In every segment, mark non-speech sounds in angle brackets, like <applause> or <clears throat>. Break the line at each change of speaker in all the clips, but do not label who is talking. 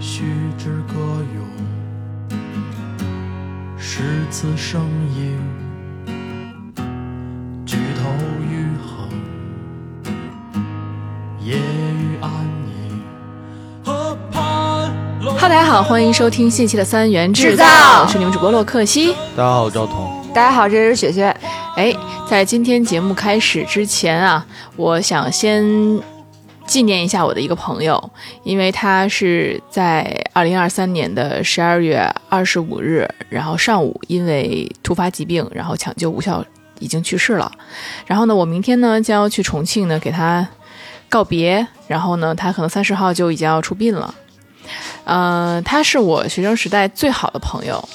之歌咏，诗字声吟，举头余恒，夜雨安宁。河畔楼
哈喽，大家好，欢迎收听新一期的三元制
制造
我是你们主播洛克西。
大家好，我赵彤。
大家好，这是雪雪。
哎，在今天节目开始之前啊，我想先纪念一下我的一个朋友，因为他是在二零二三年的十二月二十五日，然后上午因为突发疾病，然后抢救无效已经去世了。然后呢，我明天呢将要去重庆呢给他告别，然后呢，他可能三十号就已经要出殡了。呃，他是我学生时代最好的朋友，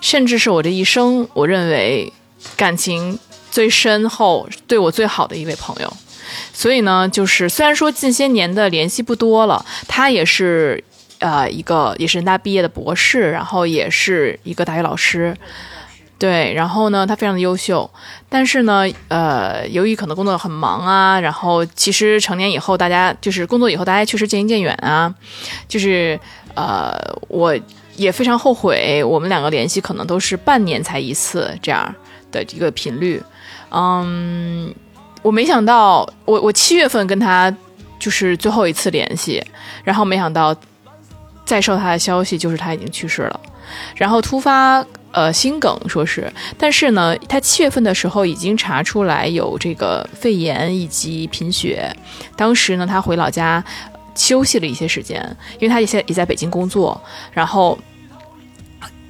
甚至是我这一生我认为感情最深厚、对我最好的一位朋友。所以呢，就是虽然说近些年的联系不多了，他也是呃一个也是人大毕业的博士，然后也是一个大学老师。对，然后呢，他非常的优秀，但是呢，呃，由于可能工作很忙啊，然后其实成年以后，大家就是工作以后，大家确实渐行渐远啊，就是呃，我也非常后悔，我们两个联系可能都是半年才一次这样的一个频率。嗯，我没想到，我我七月份跟他就是最后一次联系，然后没想到再收他的消息就是他已经去世了，然后突发。呃，心梗说是，但是呢，他七月份的时候已经查出来有这个肺炎以及贫血，当时呢，他回老家休息了一些时间，因为他也在也在北京工作，然后，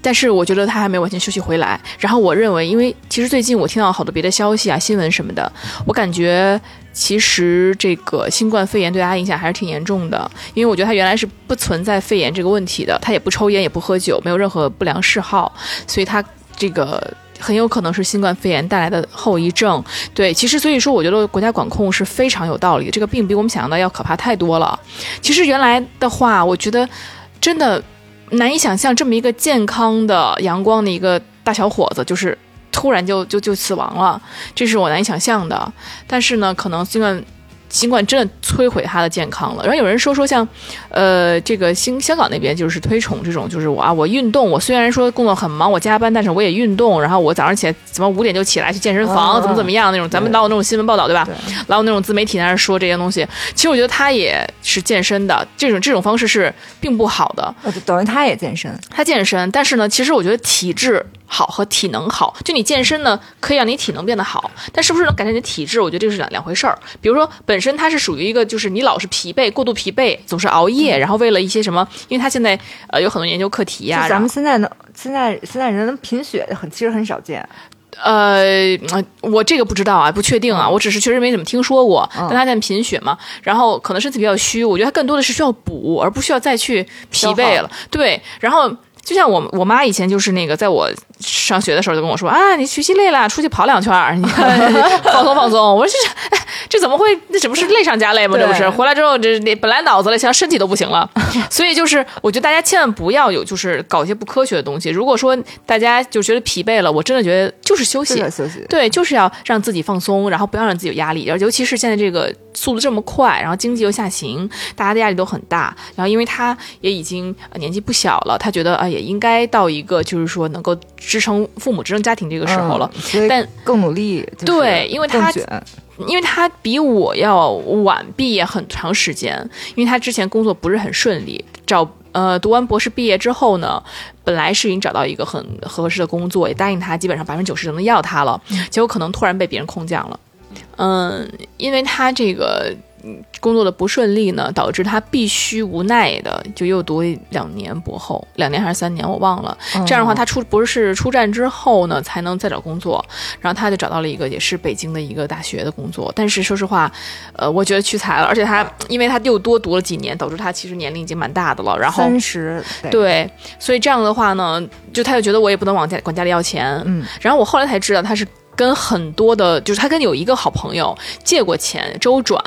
但是我觉得他还没完全休息回来。然后我认为，因为其实最近我听到好多别的消息啊、新闻什么的，我感觉其实这个新冠肺炎对他影响还是挺严重的。因为我觉得他原来是不存在肺炎这个问题的，他也不抽烟，也不喝酒，没有任何不良嗜好，所以他这个。很有可能是新冠肺炎带来的后遗症，对，其实所以说，我觉得国家管控是非常有道理的，这个病比我们想象的要可怕太多了。其实原来的话，我觉得真的难以想象这么一个健康的、阳光的一个大小伙子，就是突然就就就死亡了，这是我难以想象的。但是呢，可能新冠新冠真的摧毁他的健康了。然后有人说说像，呃，这个新香港那边就是推崇这种，就是我啊，我运动，我虽然说工作很忙，我加班，但是我也运动，然后我早上起来怎么五点就起来去健身房，
啊
怎么怎么样那种，咱们老有那种新闻报道，对吧？老有那种自媒体在那儿说这些东西。其实我觉得他也是健身的，这种这种方式是并不好的。
我就等于他也健身，
他健身，但是呢，其实我觉得体质好和体能好，就你健身呢，可以让你体能变得好，但是不是能改善你的体质，我觉得这是两两回事儿。比如说，本身他是属于一个，就是你老是疲惫、过度疲惫，总是熬夜，
嗯
然后为了一些什么，因为他现在呃有很多研究课题呀、
就
然
咱
后
们现在能现在现在人贫血很其实很少见，
呃，呃我这个不知道啊，不确定啊，
嗯
我只是确实没怎么听说过。但他在贫血嘛，然后可能身体比较虚，我觉得他更多的是需要补，而不需要再去疲
消
惫
耗
了。对，然后就像我我妈以前就是那个，在我上学的时候就跟我说啊，你学习累了，出去跑两圈儿，你
<laughs>
放松放松。我说这 <laughs> 这这怎么会？那这不是累上加累吗？这不是
对
回来之后这这本来脑子累，现在身体都不行了。所以就是，我觉得大家千万不要有就是搞一些不科学的东西。如果说大家就觉得疲惫了，我真的觉得就是休
就
息
是，休息。
对，就是要让自己放松，然后不要让自己有压力。然后尤其是现在这个速度这么快，然后经济又下行，大家的压力都很大。然后因为他也已经呃年纪不小了，他觉得啊、也应该到一个就是说能够支撑父母、支撑家庭这个时候了。
嗯，所以
但
更努力。就是
对因为他
更卷
因为他比我要晚毕业很长时间，因为他之前工作不是很顺利，找呃读完博士毕业之后呢，本来是已经找到一个很合适的工作，也答应他基本上百分之九十能要他了，
嗯
结果可能突然被别人空降了，嗯，因为他这个。嗯工作的不顺利呢，导致他必须无奈的就又读两年博后，两年还是三年我忘了。
哦
这样的话，他出博士出站之后呢，才能再找工作。然后他就找到了一个也是北京的一个大学的工作，但是说实话，呃，我觉得屈才了，而且他因为他又多读了几年，导致他其实年龄已经蛮大的了，然后。
三十，
对，所以这样的话呢，就他就觉得我也不能往家管家里要钱，
嗯，
然后我后来才知道他是跟很多的，就是他跟有一个好朋友借过钱周转。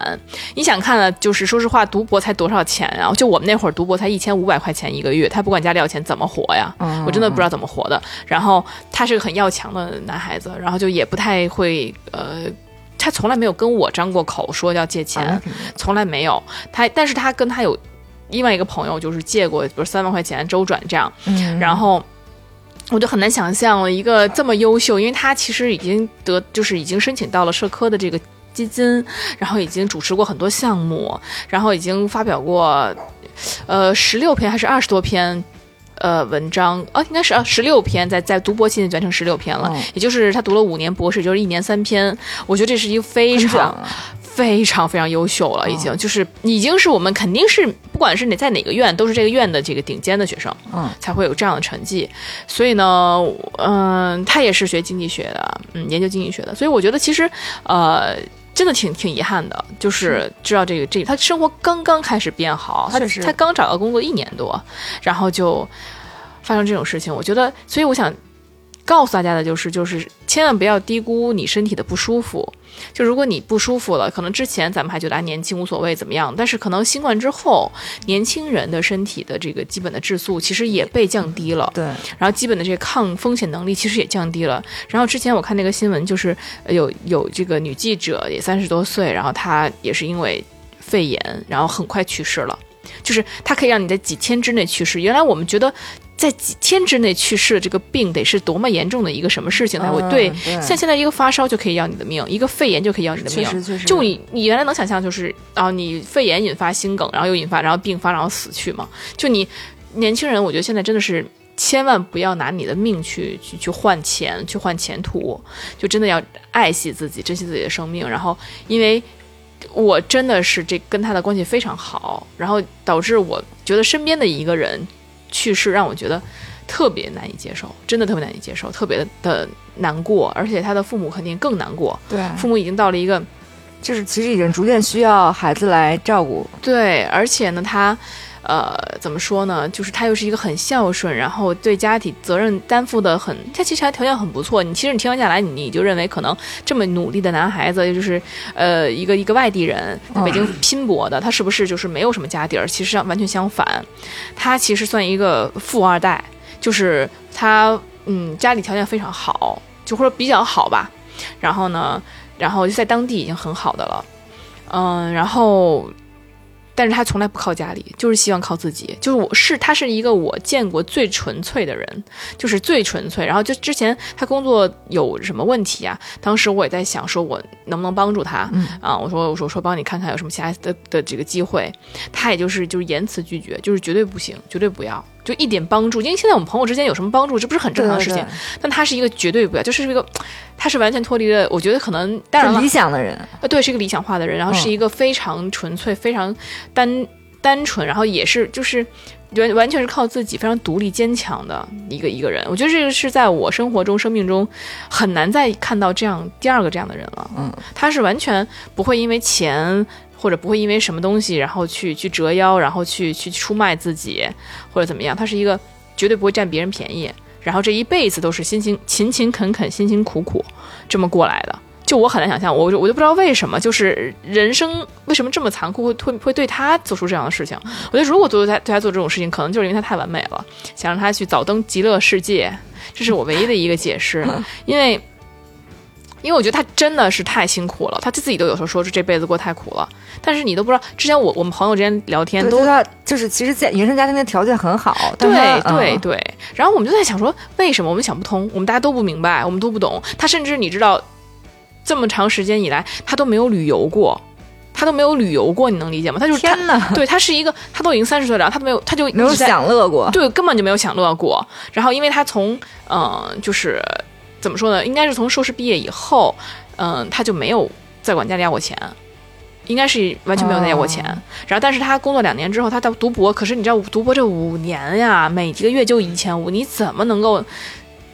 你想看啊，就是说实话，读博才多少钱啊？就我们那会儿读博才一千五百块钱一个月，他不管家里要钱怎么活呀？
嗯
我真的不知道怎么活的。然后他是个很要强的男孩子，然后就也不太会呃。他从来没有跟我张过口说要借钱，
啊
从来没有。他，但是他跟他有另外一个朋友就是借过，比如三万块钱周转这样，
嗯
然后我就很难想象了一个这么优秀，因为他其实已经得就是已经申请到了社科的这个基金，然后已经主持过很多项目，然后已经发表过呃十六篇还是二十多篇。呃，文章啊，应该是啊，十六篇，在在读博期间完成十六篇了，
哦
也就是他读了五年博士，就是一年三篇。我觉得这是一个非
很
常
准了
非常非常优秀
嗯
了，已经、就是已经是我们肯定是不管是哪在哪个院，都是这个院的这个顶尖的学生，
嗯，
才会有这样的成绩。所以呢，我嗯、他也是学经济学的，嗯，研究经济学的。所以我觉得其实，呃。真的挺挺遗憾的，就是知道这个这个他生活刚刚开始变好，他
确实
他刚找到工作一年多，然后就发生这种事情，我觉得，所以我想告诉大家的就是，就是千万不要低估你身体的不舒服。就如果你不舒服了，可能之前咱们还觉得啊年轻无所谓怎么样，但是可能新冠之后，年轻人的身体的这个基本的质素其实也被降低了，
对，
然后基本的这个抗风险能力其实也降低了。然后之前我看那个新闻，就是呃有有这个女记者也三十多岁，然后她也是因为肺炎，然后很快去世了。就是它可以让你在几天之内去世。原来我们觉得在几天之内去世的这个病得是多么严重的一个什么事情才会、
嗯
对
对
像现在一个发烧就可以要你的命，一个肺炎就可以要你的
确
命。
实确实，
就你，你原来能想象就是啊，你肺炎引发心梗，然后又引发，然后并发，然后死去嘛？就你年轻人，我觉得现在真的是千万不要拿你的命去去去换钱，去换前途，就真的要爱惜自己，珍惜自己的生命。然后，因为我真的是这跟他的关系非常好，然后导致我觉得身边的一个人去世，让我觉得特别难以接受，真的特别难以接受，特别的难过，而且他的父母肯定更难过，
对，
父母已经到了一个。
就是其实已经逐渐需要孩子来照顾，
对，而且呢，他，呃，怎么说呢？就是他又是一个很孝顺，然后对家庭责任担负的很，他其实还条件很不错。你其实你听完下来，你你就认为可能这么努力的男孩子，就是呃一个一个外地人，在北京拼搏的，他是不是就是没有什么家底儿？其实上完全相反，他其实算一个富二代，就是他嗯家里条件非常好，就或者比较好吧。然后呢，然后就在当地已经很好的了。嗯，然后但是他从来不靠家里，就是希望靠自己。就是我是他是一个我见过最纯粹的人，就是最纯粹。然后就之前他工作有什么问题啊？当时我也在想，说我能不能帮助他？
嗯
啊，我说我说说帮你看看有什么其他的的这个机会。他也就是就是言辞拒绝，就是绝对不行，绝对不要，就一点帮助。因为现在我们朋友之间有什么帮助，这不是很正常的事情。
对对
但他是一个绝对不要，就是一个，他是完全脱离了。我觉得可能当然
对
了
就，理想的人，
呃，对，是一个理想化的人，然后是
嗯
一个非常纯粹、非常单单纯，然后也是就是完完全是靠自己，非常独立坚强的一个一个人。我觉得这个是在我生活中、生命中很难再看到这样第二个这样的人了。
嗯，
他是完全不会因为钱。或者不会因为什么东西，然后去去折腰，然后去去出卖自己，或者怎么样？他是一个绝对不会占别人便宜，然后这一辈子都是辛辛勤勤恳恳、辛辛苦苦这么过来的。就我很难想象，我就我就不知道为什么，就是人生为什么这么残酷，会会会对他做出这样的事情。我觉得如果做对他对他做这种事情，可能就是因为他太完美了，想让他去早登极乐世界，这是我唯一的一个解释。因为，因为我觉得他真的是太辛苦了，他自己都有时候说是这辈子过太苦了，但是你都不知道。之前我我们朋友之间聊天
对，
都
就他就是其实家原生家庭的条件很好，但
对
他
对
嗯
对，然后我们就在想说，为什么我们想不通？我们大家都不明白，我们都不懂。他甚至你知道，这么长时间以来，他都没有旅游过，他都没有旅游过，你能理解吗？他就是他，
天哪，
对他是一个，他都已经三十岁了，他都没有，他就
没有
一直在
享乐过，
对，根本就没有享乐过。然后，因为他从嗯、呃就是怎么说呢，应该是从硕士毕业以后，嗯、他就没有再管家里要过钱，应该是完全没有再要过钱。
哦
然后，但是他工作两年之后，他到读博，可是你知道读博这五年呀，每一个月就一千五，你怎么能够？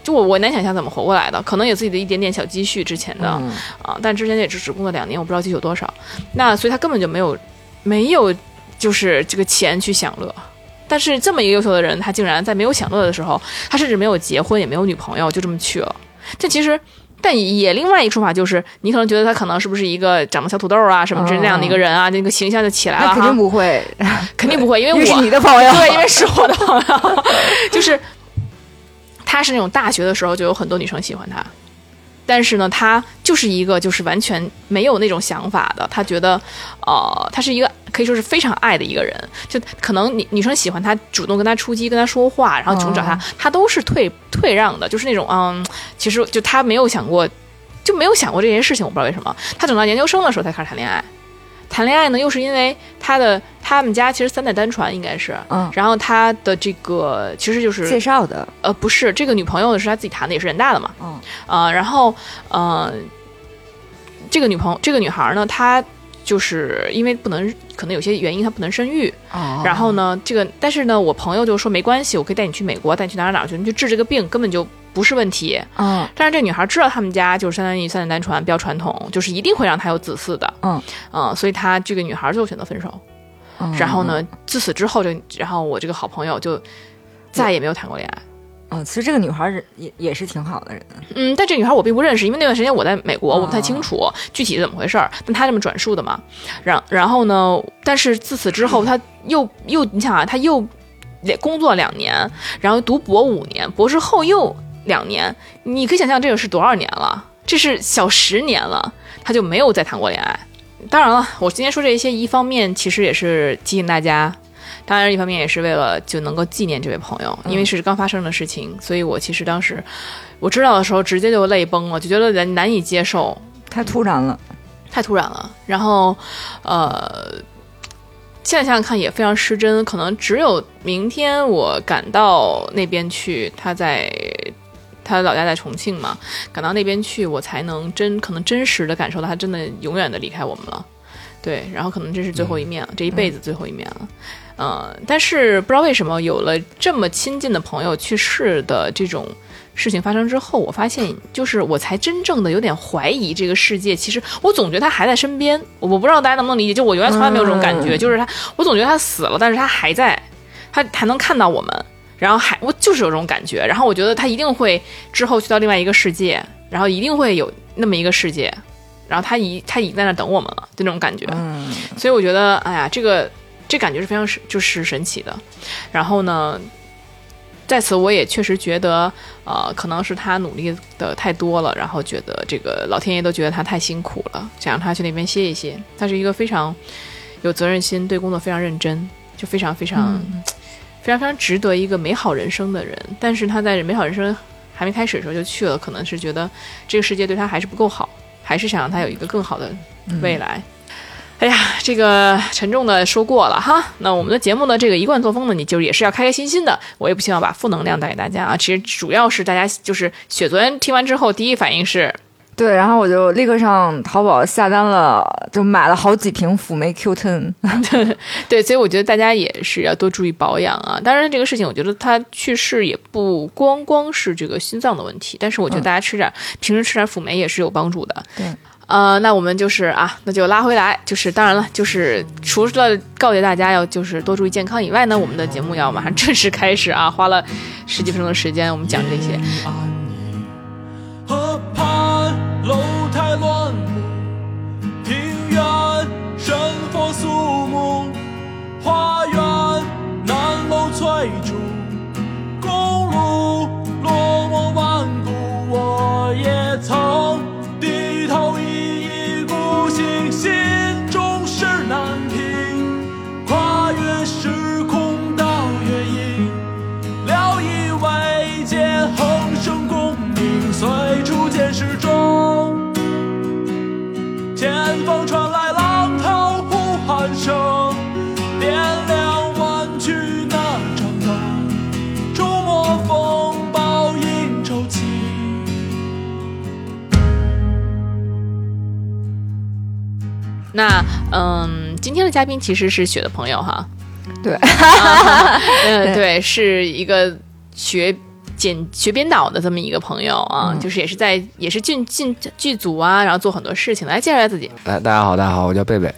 就我我难想象怎么活过来的，可能有自己的一点点小积蓄之前的，
嗯，
啊，但之前也只只工作两年，我不知道具体有多少。那所以他根本就没有没有就是这个钱去享乐。但是这么一个优秀的人，他竟然在没有享乐的时候，他甚至没有结婚，也没有女朋友，就这么去了。这其实，但也另外一个说法就是，你可能觉得他可能是不是一个长得小土豆啊什么之类那样的一个人啊，那个形象就起来了
那肯定
哈，
不会，
肯定不会，因为
因
我
为是你的朋友， <laughs>
对，因为是我的朋友，就是他是那种大学的时候就有很多女生喜欢他，但是呢，他就是一个就是完全没有那种想法的，他觉得，呃，他是一个可以说是非常爱的一个人。就可能女女生喜欢他，主动跟他出击，跟他说话，然后主动找他，
哦
他都是退退让的，就是那种嗯，其实就他没有想过，就没有想过这件事情，我不知道为什么。他等到研究生的时候才开始谈恋爱，谈恋爱呢，又是因为他的他们家其实三代单传应该是。
嗯，
然后他的这个其实就
介
是
绍的，
呃不是这个女朋友是他自己谈的，也是人大的嘛，
嗯
呃，然后呃，这个女朋友这个女孩儿呢，她就是因为不能，可能有些原因她不能生育，
哦
然后呢，这个但是呢，我朋友就说没关系，我可以带你去美国，带你去哪儿哪儿去，你去治这个病根本就不是问题。
嗯
但是这女孩知道他们家就是相当于三代单传，比较传统，就是一定会让她有子嗣的，
嗯
嗯、所以她这个女孩就选择分手。
嗯
然后呢，自此之后就，然后我这个好朋友就再也没有谈过恋爱。
嗯，其实这个女孩儿也也是挺好的人，
嗯，但这女孩我并不认识，因为那段时间我在美国，我不太
哦
清楚具体是怎么回事儿。但她这么转述的嘛，然然后呢，但是自此之后，她又又你想啊，她又连工作两年，然后读博五年，博士后又两年，你可以想象这个是多少年了？这是小十年了，她就没有再谈过恋爱。当然了，我今天说这些，一方面其实也是提醒大家。当然，一方面也是为了就能够纪念这位朋友，因为是刚发生的事情，所以我其实当时我知道的时候，直接就泪崩了，就觉得难难以接受，
太突然了，
太突然了。然后，呃，现在想想看也非常失真，可能只有明天我赶到那边去，他在他老家在重庆嘛，赶到那边去，我才能真可能真实的感受到他真的永远的离开我们了。对，然后可能这是最后一面了，这一辈子最后一面了。呃，但是不知道为什么，有了这么亲近的朋友去世的这种事情发生之后，我发现就是我才真正的有点怀疑这个世界。其实我总觉得他还在身边，我我不知道大家能不能理解，就我原来从来没有这种感觉，就是他，我总觉得他死了，但是他还在，他还能看到我们，然后还我就是有这种感觉，然后我觉得他一定会之后去到另外一个世界，然后一定会有那么一个世界，然后他已他已经在那等我们了，就那种感觉。
嗯
所以我觉得，哎呀，这个这感觉是非常神就是神奇的。然后呢，在此我也确实觉得，呃，可能是他努力的太多了，然后觉得这个老天爷都觉得他太辛苦了，想让他去那边歇一歇。他是一个非常有责任心，对工作非常认真，就非常非常、
嗯
非常非常值得一个美好人生的人。但是他在美好人生还没开始的时候就去了，可能是觉得这个世界对他还是不够好，还是想让他有一个更好的未来。哎呀，这个沉重的说过了哈。那我们的节目呢，这个一贯作风呢，你就是也是要开开心心的。我也不希望把负能量带给大家啊。其实主要是大家就是雪昨天听完之后，第一反应是
对，然后我就立刻上淘宝下单了，就买了好几瓶辅酶 Q ten。
对，所以我觉得大家也是要多注意保养啊。当然，这个事情我觉得他去世也不光光是这个心脏的问题，但是我觉得大家吃点、平时吃点辅酶也是有帮助的。
对。
呃，那我们就是啊，那就拉回来，就是当然了，就是除了告诫大家要就是多注意健康以外呢，我们的节目要马上 <laughs> 正式开始啊，花了十几分钟的时间，我们讲这些。
安逸，河畔楼台乱木，庭院山佛肃穆，花园南楼翠竹，公路落寞万古，我也曾低头一意孤行，心中事难平，跨越时空到月影。聊以为戒，横生功名，随处见时钟。前方传来浪涛呼喊声，点亮弯曲那张灯，触摸风暴映潮起。
那嗯，今天的嘉宾其实是雪的朋友哈，
<laughs> 对，
嗯，对，是一个学剪学编导的这么一个朋友啊，就是也是在也是进进剧组啊，然后做很多事情的。来介绍一下自己
哎，大家好，大家好，我叫贝贝。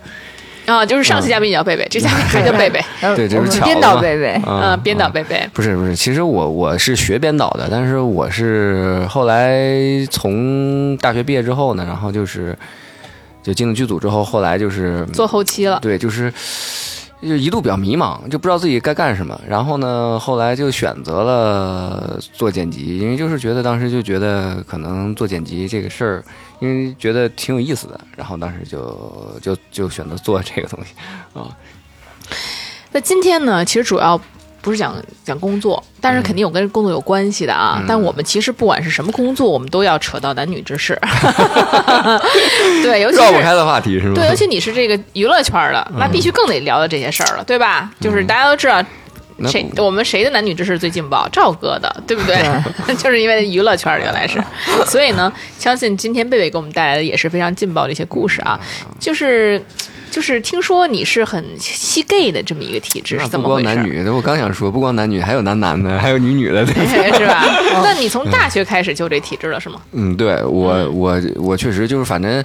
啊，就是上期嘉宾也叫贝贝，这嘉宾还叫贝 <laughs> 贝，
对这
哎我
不
们
是巧
编
了
导
吗
贝贝，
嗯，编导贝贝，
不是不是，其实我我是学编导的，但是我是后来从大学毕业之后呢，然后就是就进了剧组之后，后来就是
做后期了，
对，就是
就一度比较迷茫，就不知道自己该干什么。然后呢，后来就选择了做剪辑，因为就是觉得当时就觉得可能做剪辑这个事儿，因为觉得挺有意思的，然后当时就就就选择做这个东西。
那今天呢，其实主要不是讲讲工作，但是肯定有跟工作有关系的啊。但我们其实不管是什么工作，我们都要扯到男女之 <laughs> 事。对，尤其
绕不
是。
开的话题是吗？ <laughs>
对，尤其你是这个娱乐圈儿
嗯
的，那必须更得聊到这些事儿了，对吧？就是大家都知道，
那
谁我们谁的男女之事最劲爆？赵哥的，对不
<laughs>
对？ <laughs> 就是因为娱乐圈儿原来是，所以呢，相信今天贝贝给我们带来的也是非常劲爆的一些故事啊。就是就是听说你是很吸 gay 的这么一个体质，
那
是怎
不
么
光
回事
男
儿？
女，我刚想说，不光男女，还有男男的，还有女女的。对
<laughs>
<laughs>
是吧？那你从大学开始就这体质了是吗？
嗯，对我我我确实就是，反正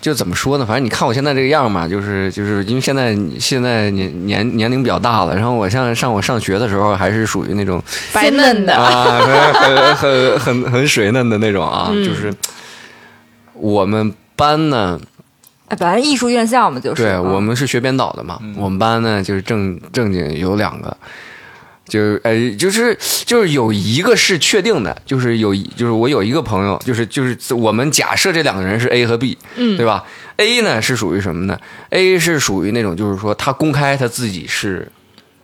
就怎么说呢？反正你看我现在这个样嘛，就是就是因为现在现在年年年龄比较大了，然后我像上我上学的时候还是属于
<laughs>
那种
白嫩的，
啊，很很很很很水嫩的那种啊，
嗯
就是我们班呢，
哎，本来艺术院校嘛，就是
对
啊
我们是学编导的嘛，我们班呢就是正正经有两个，就是哎，就是就是有一个是确定的，就是有一就是我有一个朋友，就是就是我们假设这两个人是 A 和 B，嗯，对吧？A 呢是属于什么呢？A 是属于那种就是说他公开他自己是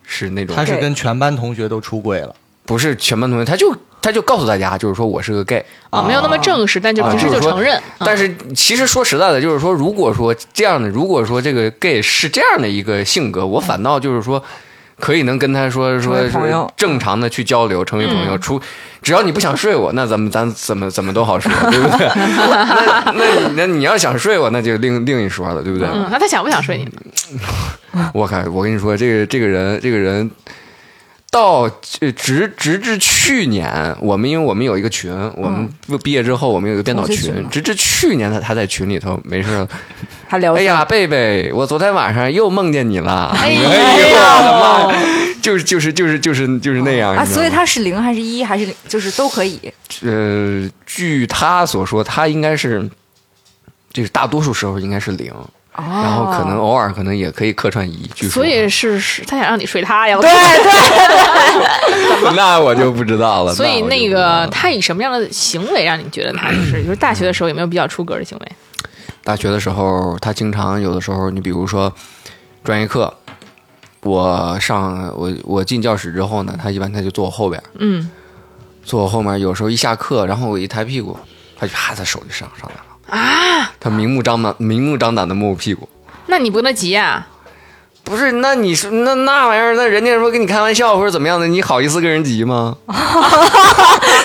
是那种
他是
对
跟全班同学都出柜了，
不是全班同学，他就他就告诉大家就是说我是个 gay，
啊，没有那么正式，但就
啊
平时
就是
就
说
承认。
嗯
但是其实说实在的，就是说，如果说这样的，如果说这个 gay 是这样的一个性格，我反倒就是说，可以能跟他说
嗯成
说
为朋友嗯
说正常的去交流，成为朋友。出只要你不想睡我，那咱们咱怎么怎么都好说，对不对？ <laughs> 那那你那你要想睡我，那就另另一说了，对不对？
嗯，那他想不想
<laughs>
睡你呢？
我靠！我跟你说，这个这个人，这个人，到呃直直至去年，我们因为我们有一个群，我们毕业之后我们有一个编导
嗯同学
群，
群嘛
直至去年他他在群里头没事儿，
还
哦
聊
哎呀，贝贝，我昨天晚上又梦见你了，哎呦
呀
我的妈， <laughs> 就是就是就是就是就是那样
啊，
你知道
所以
吗
他是零还是一还是零，就是都可以。
呃，据他所说，他应该是。就是大多数时候应该是零，然
然
后可能偶尔可能也可以客串一，据说
哦所以是是他想让你睡他呀。我
对对，
<laughs> 那我就不知道了。
所以
我就
那
不知道
个
了
他以什么样的行为让你觉得他就是，就是大学的时候有没有比较出格的行为？
大学的时候，他经常有的时候，你比如说专业课，我上我我进教室之后呢，他一般他就坐我后边，
嗯，
坐我后面，有时候一下课，然后我一抬屁股，他就啪，他手就上上来了啊，他明目张胆明目张胆的摸我屁股。
那你不跟他急啊呀？
不是，那你说那那玩意儿，那人家说跟你开玩笑或者怎么样的，你好意思跟人急吗？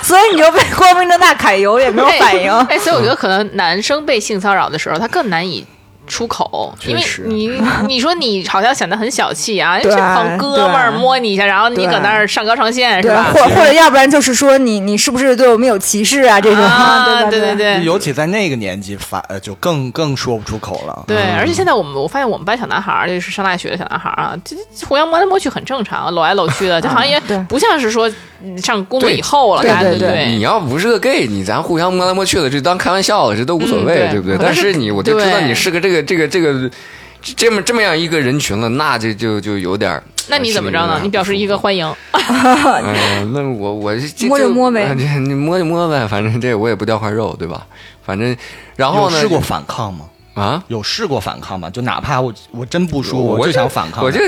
所以你就被光明正大揩油，也没有
哎
反应。
哎，所以我觉得可能男生被性骚扰的时候，他更难以。出口，因为
确实
你你说你好像显得很小气啊，这
对
帮哥们儿
对
摸你一下，然后你
对
搁那儿上纲上线是
对，
吧
或？或者要不然就是说你你是不是对我们有歧视啊？这种
啊，
<laughs> 对
对
对，
对，
尤其在那个年纪反呃就更更说不出口了。嗯
对，而且现在我们我发现我们班小男孩儿，就是上大学的小男孩儿啊，这这互相摸来摸去很正常，搂来搂去的，就好像也
对
不像是说嗯上工作
对
以后了，
对
大家
对对
你要不是个 gay，你咱互相摸来摸去的，这当开玩笑了，这都无所谓，
嗯对
对不对？
可能
但
是
是你，我就
对
知道你是个这个这个这个这么这么样一个人群了，那就就就有点儿。
那你怎么着呢？你表示一个欢迎，
哎呀，那我我这
摸就摸呗
啊这你摸就摸呗，反正这我也不掉块肉，对吧？反正，然后
有
呢？
试过反抗吗？
啊？
有试过反抗吗？就哪怕我我真不舒服，
我
就想反抗。
我就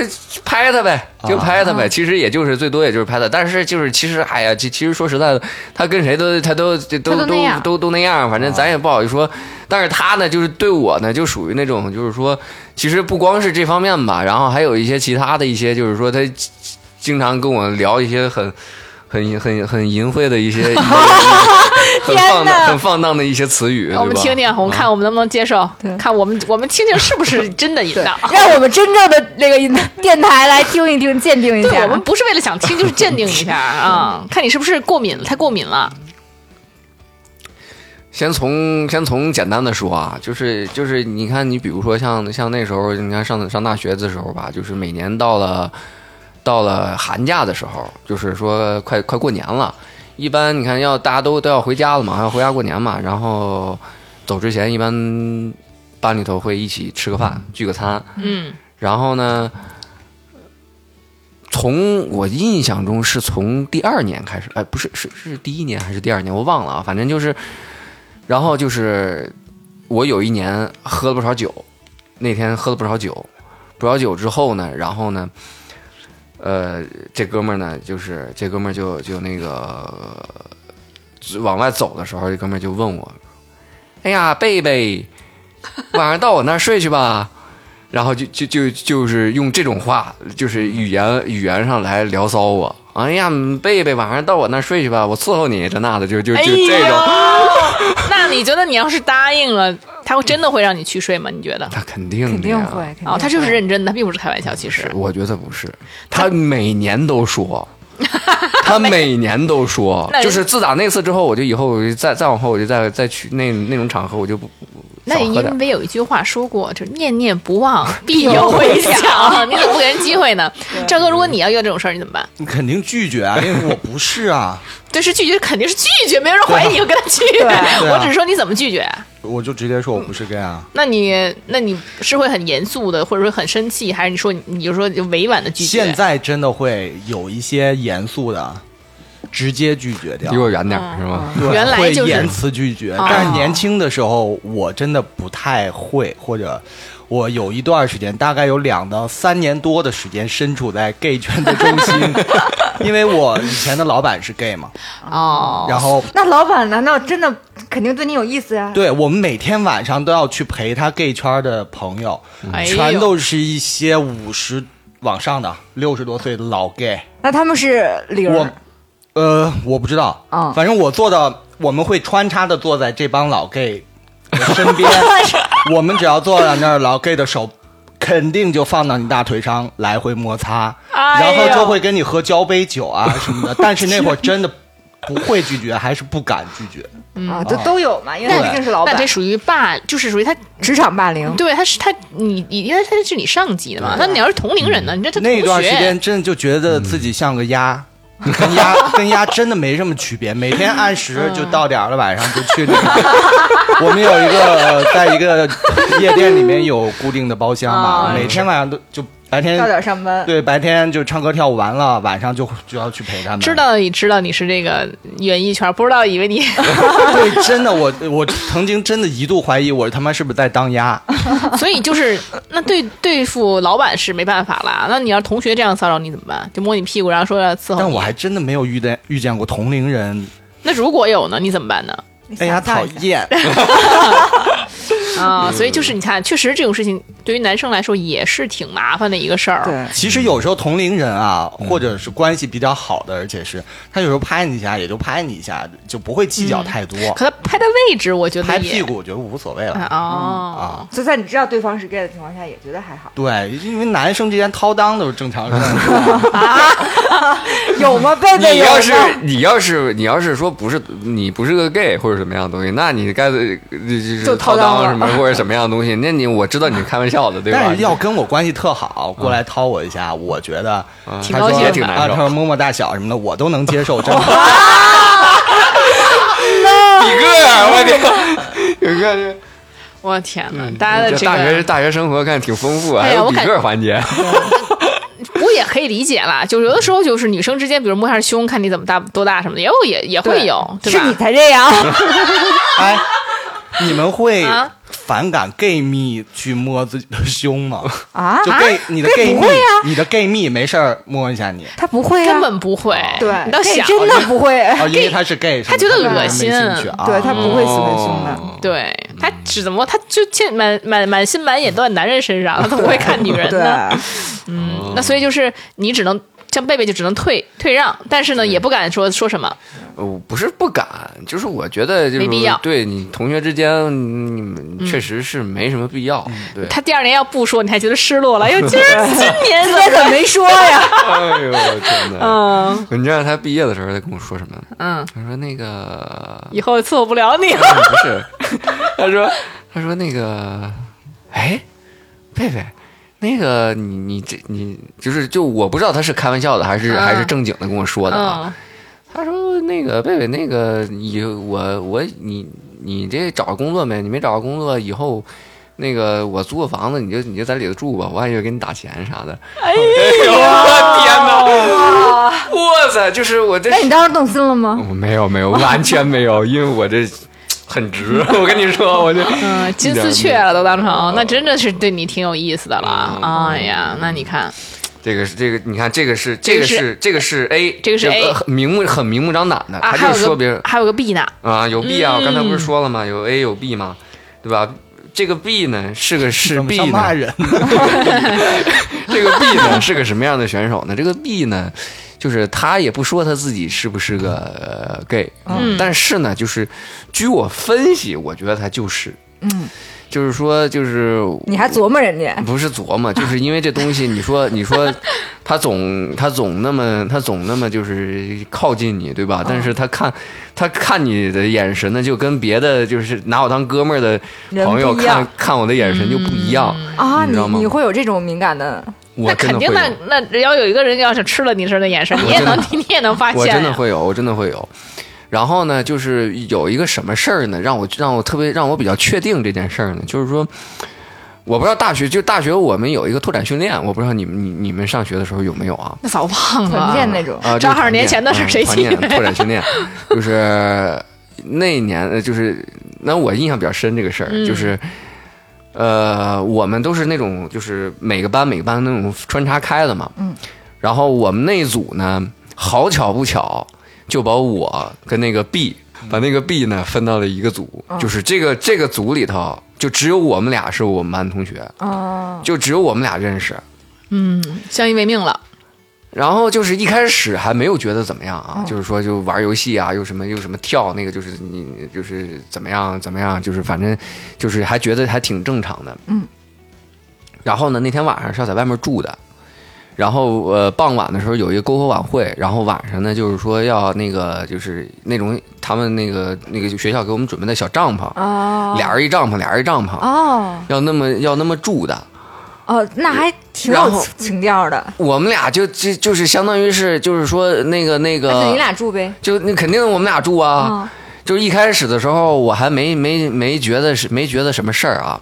拍他呗，
啊
就拍他呗。其实也就是最多也就是拍他，但是就是其实哎呀，其其实说实在的，他跟谁都他都都
他
都
都那样
都都那样，
啊
反正咱也不好说。但是他呢，就是对我呢，就属于那种就是说，其实不光是这方面吧，然后还有一些其他的一些，就是说他经常跟我聊一些很。很很很淫秽的一
<laughs>
些，很放
天哪
荡、很放荡的一些词语，对吧
我们听听，我们看我们能不能接受，
对
看我们我们听听是不是真的淫荡。
让我们真正的那个 <laughs> 电台来听一
<laughs>
听，鉴定一
对
下啊
我。们不是为了想听，就是鉴定一下啊，看你是不是过敏了，太过敏了。
先从先从简单的说啊，就是就是你看，你比如说像像那时候，你看上上大学的时候吧，就是每年到了到了寒假的时候，就是说快快过年了，一般你看要大家都都要回家了嘛，还要回家过年嘛，然后走之前一般班里头会一起吃个饭，聚个餐，
嗯，
然后呢，
从我印象中是从第二年开始，哎，不是是是第一年还是第二年，我忘了啊，反正就是，然后就是我有一年喝了不少酒，那天喝了不少酒，不少酒之后呢，然后呢，呃，这哥们儿呢，就是这哥们儿就就那个往外走的时候，这哥们儿就问我，哎呀，贝贝，晚上到我那儿睡去吧。 <laughs> 然后就就就就是用这种话，就是语言语言上来聊骚我。哎呀，贝贝，晚上到我那儿睡去吧，我伺候你这那的，就就就
哎
这种。
呦那你觉得你要是答应了，他会真的会让你去睡吗？你觉得？
他肯定的呀
肯定会。肯定
哦，他就是
会
认真的，他并不是开玩笑。其实
是，我觉得不是，他每年都说，他每年都说
那，
就是自打那次之后，我就以后我就再再往后我就再再去那那种场合，我就不
那
少喝
因
点。
为有一句话说过，就是念念不忘，必有回响。 <laughs> 你怎么不给人机会呢？赵哥，如果你要遇到这种事儿，你怎么办？
你肯定拒绝啊，因为我不是啊，
对，是拒绝，肯定是拒绝，没有人怀疑你会跟他拒绝。
对啊
我只是说你怎么拒绝。啊
我就直接说我不是 gay 啊。
那你那你是会很严肃的，或者说很生气，还是你说你你就说就委婉的拒绝？
现在真的会有一些严肃的，直接拒绝掉
离。我远点儿是吗？ <laughs>
对
原来就
会
是
言辞拒绝，
哦
但是年轻的时候我真的不太会，或者我有一段时间，大概有两到三年多的时间，身处在 gay 圈的中
<laughs>
心，因为我以前的老板是 gay 嘛，
哦，
然后
那老板难道真的肯定对你有意思呀？
对我们每天晚上都要去陪他 gay 圈的朋友，
哎呦
全都是一些五十往上的六十多岁的老 gay，
那他们是零
我
儿，
呃，我不知道，
啊
嗯
反正我坐的，我们会穿插的坐在这帮老
<laughs>
gay 的身边，我们只要坐在那儿，老 gay 的手肯定就放到你大腿上来回摩擦，
哎呦
然后就会跟你喝交杯酒啊什么的，但是那会儿真的不会拒绝，还是不敢拒绝，
啊，就都有嘛，因为他毕竟是老
那
板
嗯这，属于霸，就是属于他，
职场霸凌。
对，他是他，你你因为他是你上级的嘛，那你要是同龄人呢？你这他同
那段时
学
间真的就觉得自己像个鸭。
嗯
<laughs> 跟鸭跟鸭真的没什么区别，每天按
嗯
时就到点儿了，晚上就去那个。我们有一个在一个夜店里面有固定的包厢嘛，
啊
每天晚上都就白
到点
天
儿上班，
对白天就唱歌跳舞完了，晚上就就要去陪他们。
知道你知道你是这个演艺圈，不知道以为你
对，真的我我曾经真的一度怀疑我他妈是不是在当鸭。
哦 <laughs>
所以就是那对对付老板是没办法啦。那你要同学这样骚扰你怎么办？就摸你屁股，然后说要伺候
但
你。
我还真的没有遇见遇见过同龄人，
那如果有呢，你怎么办呢？
你
哎呀
想象
讨
一下，
厌。
啊，所以就是你看，确实这种事情对于男生来说也是挺麻烦的一个事儿。
对，
其实有时候同龄人啊，或者是关系比较好的，而且是他有时候拍你一下，也就拍你一下，就不会计较太多。
可他拍的位置，我觉得
拍
也
屁股我觉得无所谓了。。
啊哦，
就在你知道对方是 gay 的情况下，也觉得还好
<laughs> 对，因为男生之间掏裆都是正常事。
有吗？贝贝
你
有
要是
吗？
你要是你要是说不是你不是个 gay 或者什么样的东西，那你该就是
就
掏
掏
裆
裆
什么或者什么样的东西， <laughs> 那你我知道你是开玩笑的，对吧？
<laughs> 但是要跟我关系特好，过来掏我一下，我觉得
挺
他
高
说
兴
也
的
挺
啊，
难
他
受。
说摸摸大小什么的，我都能接受。真的，
你个儿，我天，有个儿
我天哪，大家的
啊这
这
大学
个
大学生活看挺丰富啊，
哎
还
呀
有
我
比
感
个儿环节。
我也可以理解啦。就有的时候就是女生之间，比如摸一下胸，看你怎么大多大什么的，也有也也会有，对
是你
吧？
才这样，
哎，你们会
啊
反感 gay 蜜去摸自己的胸吗？
啊
就 gay 你的 gay
不
蜜
会啊，
你的 gay 蜜没事儿摸一下你。
他不会啊，
根本不会，
对，
你倒
gay
想
真的不会，
哦， <laughs> 因为他是 gay，是吗
他觉得
没
恶心
兴趣啊。
对他不会喜欢胸的。
哦
对他只怎么他就欠满满满心满眼都在男人身上，他怎么会看女
<laughs>
人
对，
啊
呢？
哦
嗯，那所以就是你只能像贝贝就只能退退让，但是呢也不敢说说什么。
我呃不是不敢，就是我觉得就是
没必要嗯
对你同学之间，你们确实是没什么必要。
<laughs>
对，
他第二年要不说，你还觉得失落了，哎呦，今儿
<laughs>
今年
今
怎
天
么
怎么没说呀？
哎呦我天哪！
嗯
你知道他毕业的时候他跟我说什么？
嗯，
他说那个
以后伺候不了你了。
不是，他说他说那个，哎，贝贝，那个你你这你就是就我不知道他是开玩笑的还是、
嗯
还是正经的跟我说的啊。
嗯，
他说那个贝贝那个以我我你你这找个工作没？你没找着工作以后。那个我租个房子，你就你就在里头住吧，我还以为给你打钱啥的。
哎
哎呦，我天哪！我操，就是我
<laughs>
这
那你当时动心了吗？
我没有没有，完全没有，因为我这很直。我跟你说，我这
嗯，金丝雀了都当成，那真的是对你挺有意思的了。
嗯
哎呀，那你看，
这个是这个，你看这个是
这
这
个
个
是
是这个是 A，
这个是 A
很明目很明目张胆的，
啊，
他
还
就
有
说别
个
人
还有个 B 呢，
啊有 B 啊，我刚才不是
嗯
说了吗？有 A 有 B 嘛，对吧？这个 B 呢是个是
怎么
B
像
呢
骂，人？
这个 B 呢是个什么样的选手呢？这个 B 呢，就是他也不说他自己是不是个呃 gay，、
嗯
但是呢，就是据我分析，我觉得他就是，
嗯，
就是说就是
你还琢磨人家？
不是琢磨，就是因为这东西，你说你说他总他总那么他总那么就是靠近你，对吧？但是他看他看你的眼神呢，就跟别的就是拿我当哥们儿的
人
朋友
不一样
看看我的眼神就不一样。
啊，
你
你
知道吗
你会有这种敏感的？
我
那
真
肯
的
定，
会
那
有，
那只要有一个人要是吃了你身的眼神，你也
真的
能你也能发现
我
呀，
真的会有，我真的会有。然后呢，就是有一个什么事儿呢，让我让我特别让我比较确定这件事儿呢，就是说。我不知道大学就大学我们有一个拓展训练，我不知道你们你你们上学的时候有没有啊？
那早忘
团建
了。
那种，
啊，
这二十年前的事儿谁记
得？
得
团建拓展训练，就是那一年，呃就是那我印象比较深这个事儿，
嗯
就是呃，我们都是那种就是每个班每个班那种穿插开的嘛，嗯，然后我们那一组呢，好巧不巧，就把我跟那个 B。把那个 B 呢分到了一个组，
嗯
就是这个这个组里头，就只有我们俩是我们班同学，
啊，
就只有我们俩认识。
嗯，相依为命了。
然后就是一开始还没有觉得怎么样
嗯
啊，就是说就玩游戏啊，又什么又什么跳那个，就是你就是怎么样怎么样，就是反正就是还觉得还挺正常的。嗯。然后呢，那天晚上是要在外面住的，然后呃傍晚的时候有一个篝火晚会，然后晚上呢就是说要那个就是那种他们那个那个学校给我们准备的小帐篷，
哦
俩人一帐篷，俩人一帐篷，
哦
要那么要那么住的。
哦，那还挺
然
有
后
情情调的。
我们俩就就就是相当于是就是说那个那个，
那就你俩住呗。
就那肯定我们俩住啊。
啊，
就是一开始的时候，我还没没没觉得是没觉得什么事儿啊。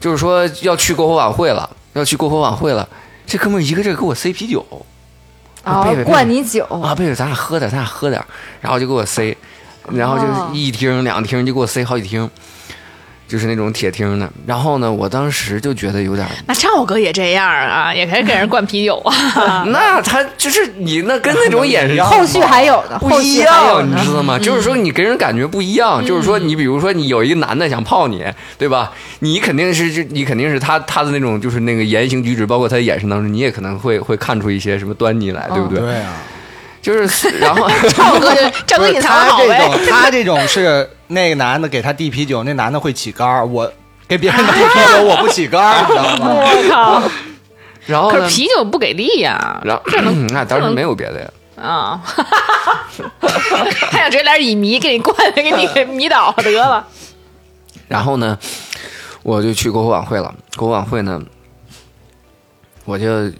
就是说要去篝火晚会了，要去篝火晚会了。这哥们儿一个劲儿给我塞啤酒啊
哦
贝贝，
灌你酒，
啊，贝贝，咱俩喝点，咱俩喝点，然后就给我塞，然后
哦
就一听两听就给我塞好几听，就是那种铁听的。然后呢，我当时就觉得有点
那张火哥也这样啊，也开始给人灌啤酒
<laughs>
啊。
那他就是你那跟那种眼神
后
后续还有的，
不
后
一
续还有
样，啊
呢嗯
你。知道吗？就是说你给人感觉不一样，就是说你比如说你有一个男的想泡你，对吧？你肯定是就你肯定是他他的那种就是那个言行举止，包括他的眼神当中，你也可能会会看出一些什么端倪来，对不对？
哦
<laughs> 对 <laughs> 啊，
就是
<laughs>
然后
赵哥 <laughs> 就赵
不
哥
是
隐藏得
他
好
这
呗。
种，他这种是那个男的给他递啤酒，那男的会起杆儿，我给别人递啤 <laughs> 酒，我不起杆儿，你知道 <laughs> 吗？
我靠！
然后
可
呢
是？啤酒不给力呀
然后嗯那当然没有别的呀， <laughs>
啊！还想直接来点乙醚给你灌，给你给迷倒得
哦
了。
然后呢，我就去篝火晚会了。篝火晚会呢，我就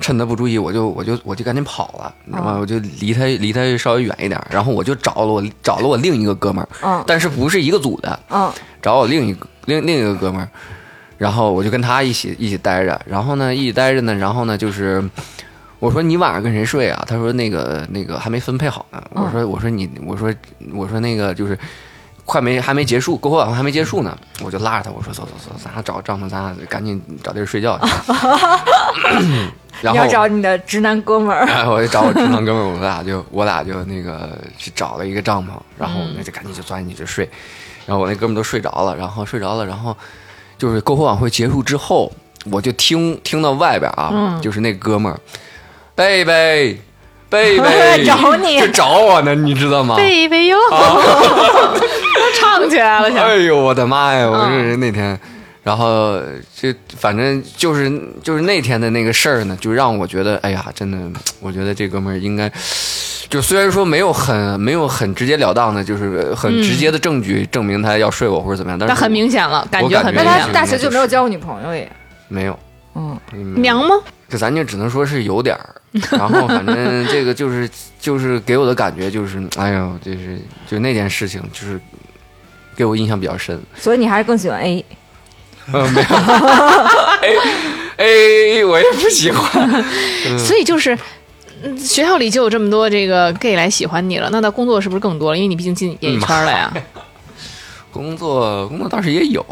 趁他不注意，我就我就我就赶紧跑了，你知道吗？我就离他离他稍微远一点，然后我就找了我找了我另一个哥们儿，
嗯
但是不是一个组的，
嗯，
找我另一个另另一个哥们儿，然后我就跟他一起一起待着，然后呢一起待着呢，然后呢就是我说你晚上跟谁睡啊？他说那个那个还没分配好呢。我
嗯
说我说你我说我说那个就是快没还没结束，篝火晚会还没结束呢，我就拉着他我说走走走，咱俩找个帐篷，咱俩赶紧找地儿
<laughs>
睡觉去。然
你
后
要找你的直男哥们 <laughs> 儿。
然后哎我就找我直男哥们儿，我俩就我俩就那个去找了一个帐篷，然后我
嗯
们就赶紧就钻进去就睡，然后我那哥们儿都睡着了，然后睡着了，然后就是篝火晚会结束之后，我就听听到外边啊，
嗯
就是那哥们儿，贝贝贝贝
<laughs> 找你
就找我呢，你知道吗？
贝贝哟，
哦
<laughs> 唱起来了，想
<laughs> 哎呦，我的妈呀！我
嗯
就是那天，然后就反正就是就是那天的那个事儿呢，就让我觉得，哎呀，真的，我觉得这哥们儿应该，就虽然说没有很没有很直截了当的，就是很直接的证据证明他要睡我或者怎么样，但
那
是
很明显了，感
我
觉
感
很
觉
明
那
显
他
是
了。
大学就没有交过女朋友也？
没有，
嗯，
娘吗？
这咱就只能说是有点儿，然后反正这个就是就是给我的感觉就是，哎呦，就是就那件事情就是给我印象比较深。
所以你还是更喜欢 A。
嗯，没有
<laughs>
，A A 我也不喜欢，
所以就是。嗯学校里就有这么多这个 gay 来喜欢你了，那到工作是不是更多了？因为你毕竟进演艺圈了呀。
嗯工作工作倒是也有，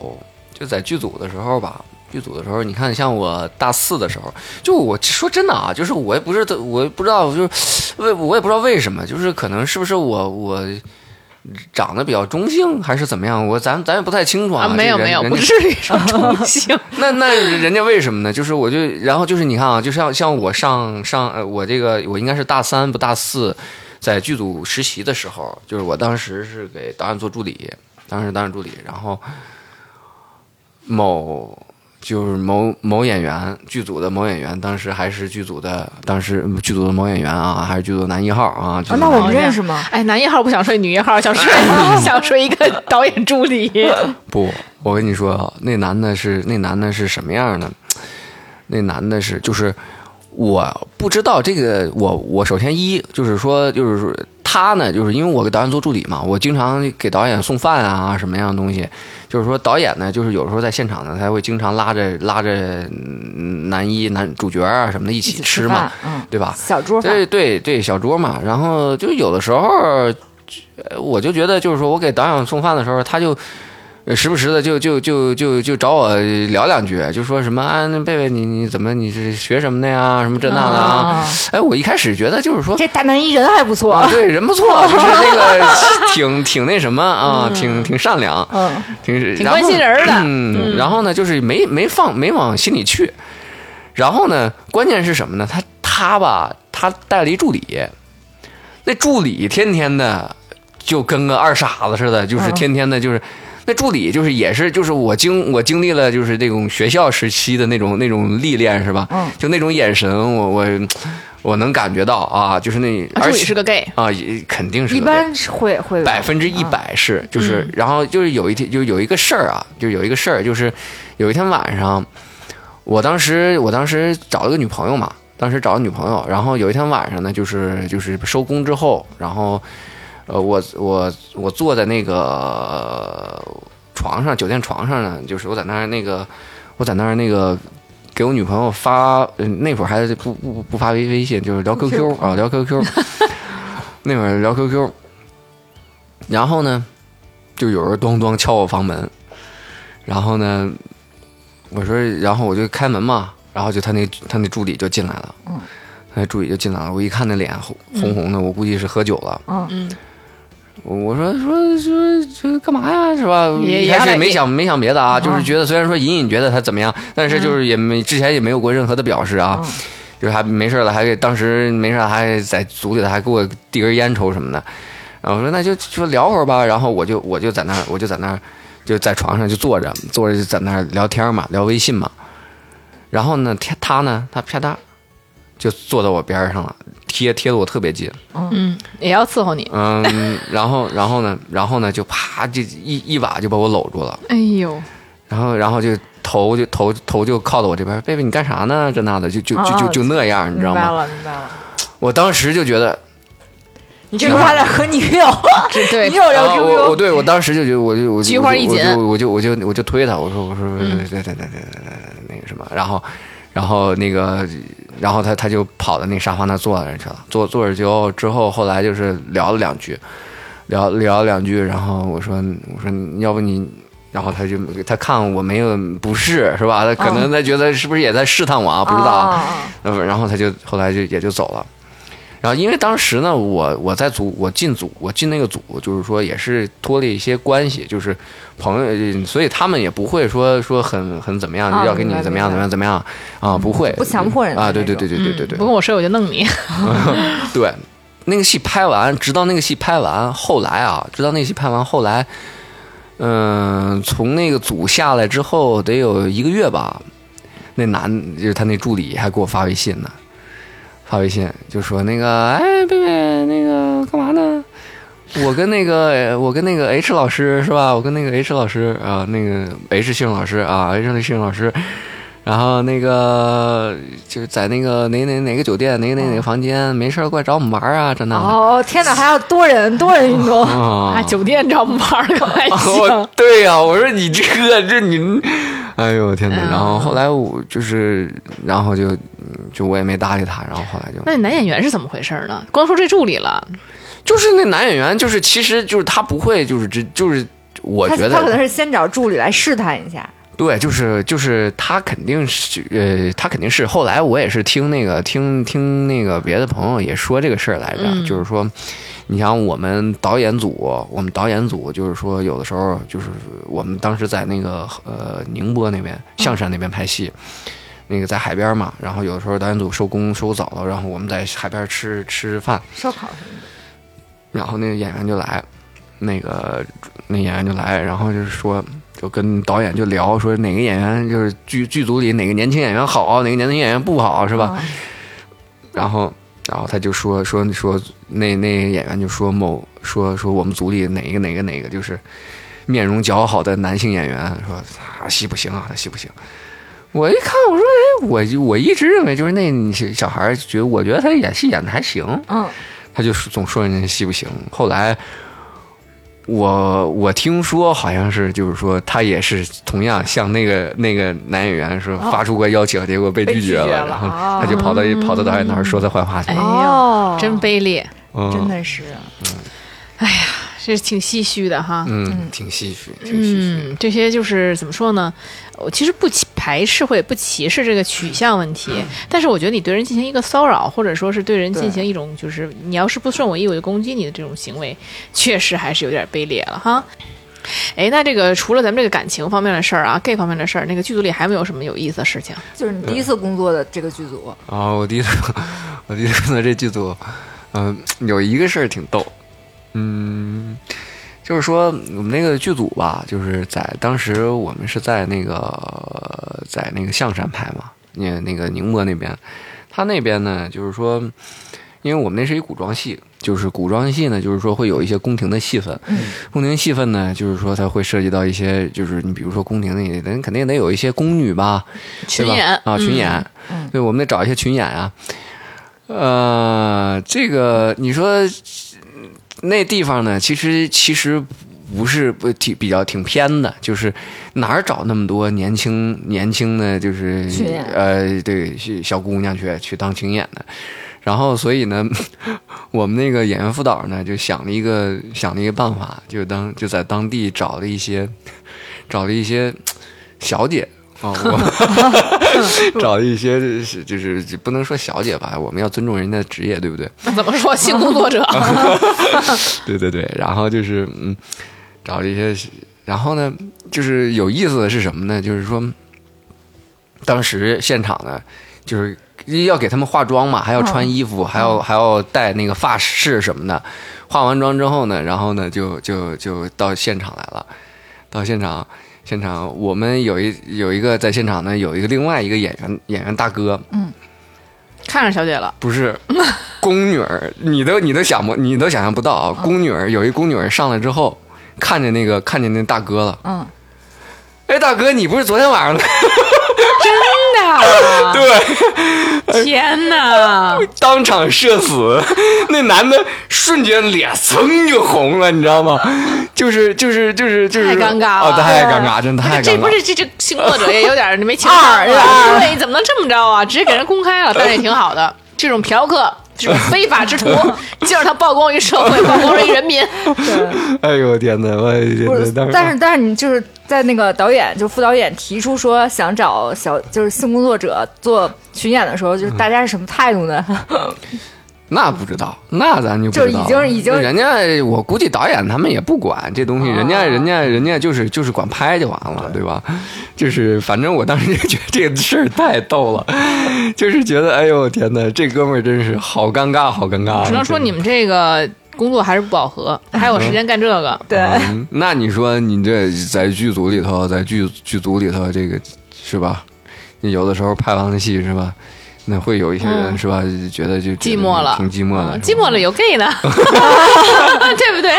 就在剧组的时候吧。剧组的时候，你看，像我大四的时候，就我说真的啊，就是我也不是，我也不知道，就是为我也不知道为什么，就是可能是不是我我长得比较中性，还是怎么样？我咱咱也不太清楚啊。
啊，没有
这人
没有，
人
不
家
至于
<laughs>
说中性。
那那人家为什么呢？就是我就，然后就是你看啊，就像像我上上呃，我这个我应该是大三不大四，在剧组实习的时候，就是我当时是给导演做助理，当时导演助理，然后某就是某某演员剧组的某演员，当时还是剧组的，当时嗯剧组的某演员啊，还是剧组的男一号啊，就
啊
是
那我
男
们
一
认识吗？
哎，男一号不想睡，女一号
<laughs>
想睡，想睡一个导演助理。
不，我跟你说，那男的是那男的是什么样呢？那男的是就是我不知道这个，我我首先一就是说就是说他呢，就是因为我给导演做助理嘛，我经常给导演送饭啊什么样的东西，就是说导演呢，就是有时候在现场呢，他会经常拉着拉着嗯男一男主角啊什么的一
一
起
起
吃嘛
饭，，嗯，
对吧？
小桌饭
对对对，小桌嘛。然后就有的时候，呃我就觉得就是说我给导演送饭的时候，他就。呃时不时的就就就就就找我聊两句，就说什么啊，那贝贝你你怎么你是学什么的呀，什么这那的啊？
啊，
哎，我一开始觉得就是说
这大男一人还不错
啊，，
<laughs>
对人不错，就是那个挺挺那什么啊，挺挺善良，
嗯，
挺
挺
然后
关心人儿的
嗯，然后呢，就是没没放没往心里去。然后呢，关键是什么呢？他他吧，他带了一助理，那助理天天的就跟个二傻子似的，就是
嗯
天天的就是。那助理就是也是就是我经我经历了就是这种学校时期的那种那种历练是吧？
嗯
就那种眼神，我我我能感觉到啊，就是那
啊
而
助
且
理是个 gay，
啊，也肯定是
一
个对
般是会会
百分之一百是，就是，然后就是有一天，就有一个事儿啊，就有一个事儿，就是有一天晚上，我当时我当时找了个女朋友嘛，当时找了女朋友，然后有一天晚上呢，就是就是收工之后，然后，呃，我我我坐在那个床上，酒店床上呢，就是我在那儿那个，我在那儿那个。给我女朋友发，呃那会儿还不不不不发微微信，就是聊 QQ 啊，聊 QQ，那会儿聊 QQ，然后呢，就有人咚咚敲我房门，然后呢，我说，然后我就开门嘛，然后就他那他那助理就进来了，
嗯，
他助理就进来了，我一看那脸红红红的，我估计是喝酒了，
嗯，
我我说说说这干嘛呀，是吧？
也
一开
也
始
也
没想没想别的啊，就是觉得虽然说隐隐觉得他怎么样，但
嗯
是就是也没之前也没有过任何的表示啊，
嗯
就是还没事了，还给当时没事了还在组里头还给我递根烟抽什么的，然后我说那就就聊会儿吧，然后我就我就在那儿我就在那儿就在床上就坐着坐着就在那儿聊天嘛，聊微信嘛，然后呢他他呢他啪嗒就坐到我边儿上了，贴贴的我特别近。
嗯，也要伺候你。
嗯，然后然后呢，然后呢就啪就一一把就把我搂住了，
哎呦，
然后然后就头就头头就靠到我这边，贝贝你干啥呢？这那的就就就就就那样，你知
哦明
道
白
吗？
了明白了，
我当时就觉得，
你这个话得和女友， <laughs>
这对
女友聊
啊我我
QQ，
对我当时就觉得我就我就
菊花一紧嗯
我就我就我就我就推他，我说我说对对对对对对那个什么，然后然后那个然后他他就跑到那沙发那坐那去了，坐坐着就之后后来就是聊了两句，聊聊了两句，然后我说我说要不你。然后他就他看我没有不是是吧？他
哦
可能他觉得是不是也在试探我啊？不知道啊。那么然后他就后来就也就走了。然后因为当时呢，我我在组，我进组，我进那个组，就是说也是脱离一些关系，就是朋友，嗯所以他们也不会说说很很怎么样，
啊
要跟你
明白
怎么样怎
明
么
白
样怎么样啊，不会
不强迫人的
啊，
那
对对
种
对对对对对
嗯不跟我睡我就弄你。
对，那个戏拍完，直到那个戏拍完，后来啊，直到那个戏拍完，后来，嗯、从那个组下来之后，得有一个月吧。那男就是他那助理还给我发微信呢，发微信就说那个，哎，贝贝，那个干嘛呢？我跟那个我跟那个 H 老师是吧？我跟那个 H 老师啊、那个 H 姓老师啊，H 姓老师，然后那个就是在那个哪哪哪个酒店哪个哪个哪个房间，没事儿过来找我们玩儿啊，真的。
哦天哪，还要多人多人运动，
啊
哎啊，
<laughs>
酒店找我们玩儿个还
哦我
行。
对呀、我说你这个这你，哎呦我天哪！
嗯
然后后来我就是，然后就就我也没搭理他，然后后来就
那你男演员是怎么回事呢？光说这助理了，
就是那男演员，就是其实就是他不会，就是只就是我
他
觉
他可能
得
是先找助理来试探一下，
对，就是就是他肯定是呃，他肯定是后来我也是听那个听听那个别的朋友也说这个事儿来着，
嗯
就是说。你想，我们导演组，我们导演组就是说，有的时候就是我们当时在那个呃宁波那边象山那边拍戏，那个在海边嘛，然后有的时候导演组收工收早了，然后我们在海边吃吃饭，
烧烤什么的。
然后那个演员就来，那个那演员就来，然后就是说，就跟导演就聊说哪个演员就是剧剧组里哪个年轻演员好，哪个年轻演员不好，是吧？
啊
然后然后他就说说说那那个演员就说某说说我们组里哪一个哪个哪个就是面容姣好的男性演员，说他戏不行啊，他戏不行。我一看，我说，哎，我就我一直认为就是那小孩儿觉得，我觉得他演戏演的还行，
嗯，
他就总说人家戏不行。后来我我听说好像是就是说他也是同样向那个那个男演员说发出过邀请，结果被拒绝了，
被拒绝了
然后
哦
他就跑到、跑到导演那儿说他坏话去
哎
了。
呦
哦
真卑劣，
真
嗯
的是，
是挺唏嘘的哈。
嗯，挺唏嘘，挺唏嘘。
嗯，这些就是怎么说呢？我其实不歧排斥或者不歧视这个取向问题，但是我觉得你对人进行一个骚扰，或者说是对人进行一种就是你要是不顺我意我就攻击你的这种行为，确实还是有点卑劣了哈。哎，那这个除了咱们这个感情方面的事儿啊，gay 方面的事儿，那个剧组里还有没有什么有意思的事情？ <laughs>
就是你第一次工作的这个剧组，
然后啊我第一次 <laughs> 我第一次看到这剧组，嗯、有一个事儿挺逗，嗯，就是说我们那个剧组吧，就是在当时我们是在那个在那个象山拍嘛，那那个宁波那边，他那边呢就是说，因为我们那是一古装戏，就是古装戏呢，就是说会有一些宫廷的戏份，
嗯
宫廷戏份呢，就是说它会涉及到一些，就是你比如说宫廷里人肯定得有一些宫女吧，
群
对吧
演
啊，群演，
嗯
对，我们得找一些群演啊。呃，这个你说那地方呢，其实其实不是不挺比较挺偏的，就是哪儿找那么多年轻年轻的就是
群演
呃对是小姑娘去去当群演的。然后，所以呢， <laughs> 我们那个演员副导呢，就想了一个想了一个办法，就当就在当地找了一些找了一些小姐啊，我找了一些就是就是就不能说小姐吧，我们要尊重人家的职业，对不对？
那怎么说性工作者？
<laughs> 对对对，然后就是嗯，找了一些，然后呢，就是有意思的是什么呢？就是说，当时现场呢，就是要给他们化妆嘛，还要穿衣服，还要还要戴那个发饰什么的。化完妆之后呢，然后呢，就就就到现场来了，到现场。现场我们有一有一个在现场呢，有一个另外一个演员演员大哥，
看上小姐了，
不
<laughs>
是宫女儿，你都你都想不，你都想象不到
嗯
啊！宫女儿有一宫女儿上来之后，看见那个看见那大哥了，
嗯，
哎，大哥，你不是昨天晚上 <laughs> 来？
真的？
对，
天哪！
当场射死， <laughs> 那男的瞬间脸噌就红了，你知道吗？就是就是就是就是
太尴尬了
哦太尴尬，真的太尴尬。
这不是这这性作者也有点儿没
<laughs>
情商啊
二
<laughs>
二
对，怎么能这么着啊？直接给人公开了，但是也挺好的。这种嫖客，这种非法
<laughs>
之徒，就让他曝光于社会，曝光于人民。
哎呦我天哪！我的
<laughs>
天
不
哪
是，
当时
但是但是你就是在那个导演就副导演提出说想找小就是性工作者做巡演的时候，就是大家是什么态度呢？
那不知道，那咱就不
就是
知道
已经
了
已经
人家我估计导演他们也不管这东西，
啊
人家人家人家就是就是管拍就完了，对吧？就是反正我当时就觉得这个事儿太逗了，就是觉得哎呦天哪，这哥们儿真是好尴尬，好尴尬。
只能说你们这个工作还是不饱和，还有时间干这
<laughs>
个。
对，
嗯那你说你这在剧组里头，在剧剧组里头，这个是吧？你有的时候拍完了戏是吧？那会有一些人
嗯
是吧，觉得就觉
寂
得
寞了，
挺寂寞的
嗯，
是
寂
吧
寞了有 gay
<laughs>
呢，对不对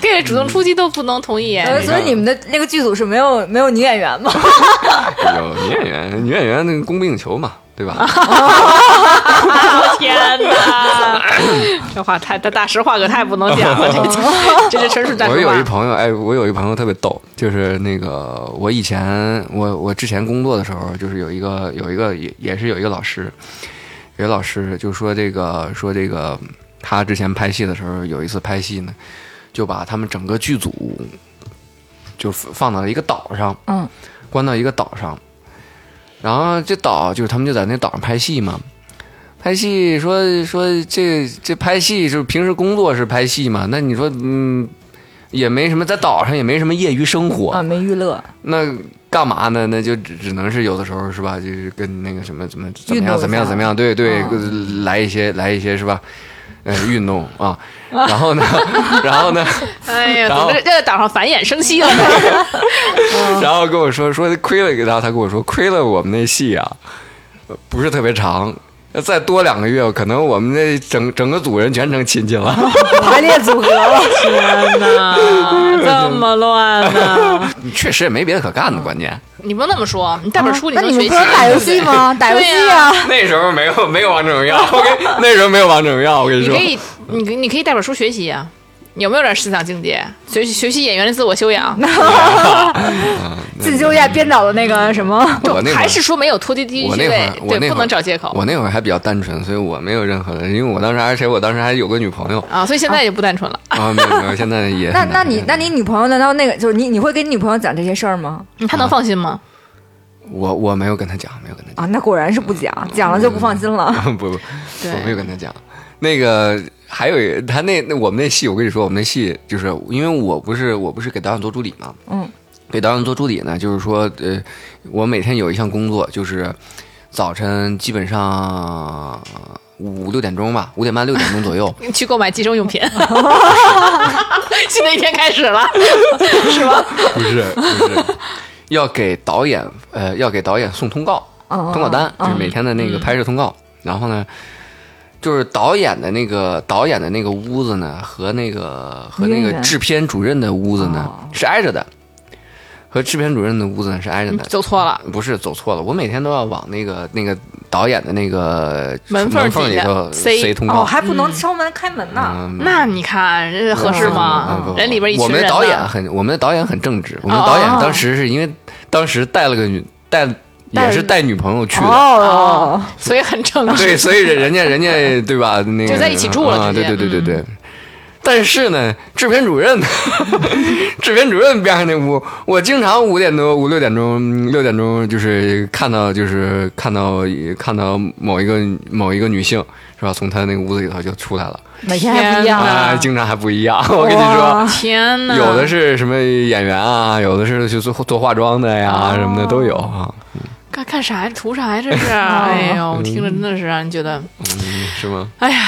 ？gay 主动出击都不能同意，
呃所以你们的那个剧组是没有没有女演员吗？
<laughs> 有女演员，女演员那个供不应求嘛，对吧？哎 <laughs>
天哪， <laughs> 这话太大大实话可太不能讲了，
<laughs>
这这是纯属大
我
实
有一
话。
朋友，哎，我有一朋友特别逗，就是那个我以前我我之前工作的时候，就是有一个有一个也也是有一个老师，有一个老师就说这个说这个他之前拍戏的时候，有一次拍戏呢，就把他们整个剧组就放到了一个岛上，
嗯，
关到一个岛上，然后这岛就是他们就在那岛上拍戏嘛。拍戏说说这这拍戏就是平时工作是拍戏嘛，那你说嗯也没什么，在岛上也没什么业余生活，
啊，没娱乐，
那干嘛呢？那就只只能是有的时候是吧，就是跟那个什么怎么怎么样怎么样怎么样，对对，来一些来一些是吧？呃，运动啊，然后呢，然后呢，
哎呀，
然
怎
后
么这这岛上繁衍生
<laughs>
息了？
然后跟我说说亏了，然后他跟我说亏了我们那戏啊，呃不是特别长，要再多两个月，可能我们那整整个组人全成亲戚了。 <laughs>
排列组 <laughs> 合了。
天哪，这么乱呢？
确实也没别的可干的，关键
你不能那么说，你带本书
那
能
你们
学习。
不能打游戏吗？打游戏啊，
那时候没有没有王者荣 <laughs> 耀，我跟那时候没有王者荣耀，我跟你
你
说
可，以，你可以你可以带本书学习啊。有没有点思想境界？学习学习演员的自我修养，
进修一下编导的那个什么。
我那会
还
儿
是说没有脱低第一
我
地
那会
位
儿，我
对，
那
不
会儿
能找借口
我那会儿还比较单纯，所以我没有任何的，因为我当时而且我当时还有个女朋友
啊！所以现在也不单纯了。
啊，没有没有，现在也
那
很
那
难
你那你女朋友难道那个就是你你会跟你女朋友讲这些事儿吗？
他能放心吗？
我我没有跟她讲，没有跟她
啊，那果然是不讲，讲了就不放心了。
讲， <laughs> 不不，
对，
我没有跟他讲。那个还有一他那那我们那戏，我跟你说，我们那戏就是因为我不是我不是给导演做助理嘛，
嗯，
给导演做助理呢，就是说呃，我每天有一项工作，就是早晨基本上五六点钟吧，五点半六点钟左右
去购买寄生用品，新的一天开始了，是吧？
不是不是，要给导演呃要给导演送通告，
嗯，
通告单，
哦
就是每天的那
嗯
个拍摄通告。然后呢，就是导演的那个导演的那个屋子呢，和那个和那
音乐
个
人
制片主任的屋子呢
哦
是挨着的，和制片主任的屋子呢是挨着的。
走错了，
不是走错了，我每天都要往那个那个导演的那个
门缝儿底
里
下
头
塞
塞通
哦，
告。
还不能敲门开门呢。
嗯，
那你看这合适
嗯
吗
不？
人里边一
我
群
们
人
的
呢，哦
导演很，我们的导演很正直。我们的导演当时是因为当时带了个女带也是带女朋友去的，
哦，
所以很正 <laughs> 直。
对，所以人人家
<laughs>
人家对吧？那个
就在一起住了
啊，
直
对
接嗯
对对对对。但是呢， <laughs> 制片主任，制片主任边上那屋，我经常五点多、五六点钟、六点钟，就是看到，就是看到看到某一个某一个女性，是吧？从她那个屋子里头就出来了，
每天还不一
啊
啊、
样。
经常还不一样。 <laughs> 我跟你说，
天哪！
有的是什么演员啊，有的是去做做化妆的呀，
哦
什么的都有啊，
干干啥呀？图啥呀？这是？哎呦，听着真的是让人觉得，
嗯是吗？
哎呀。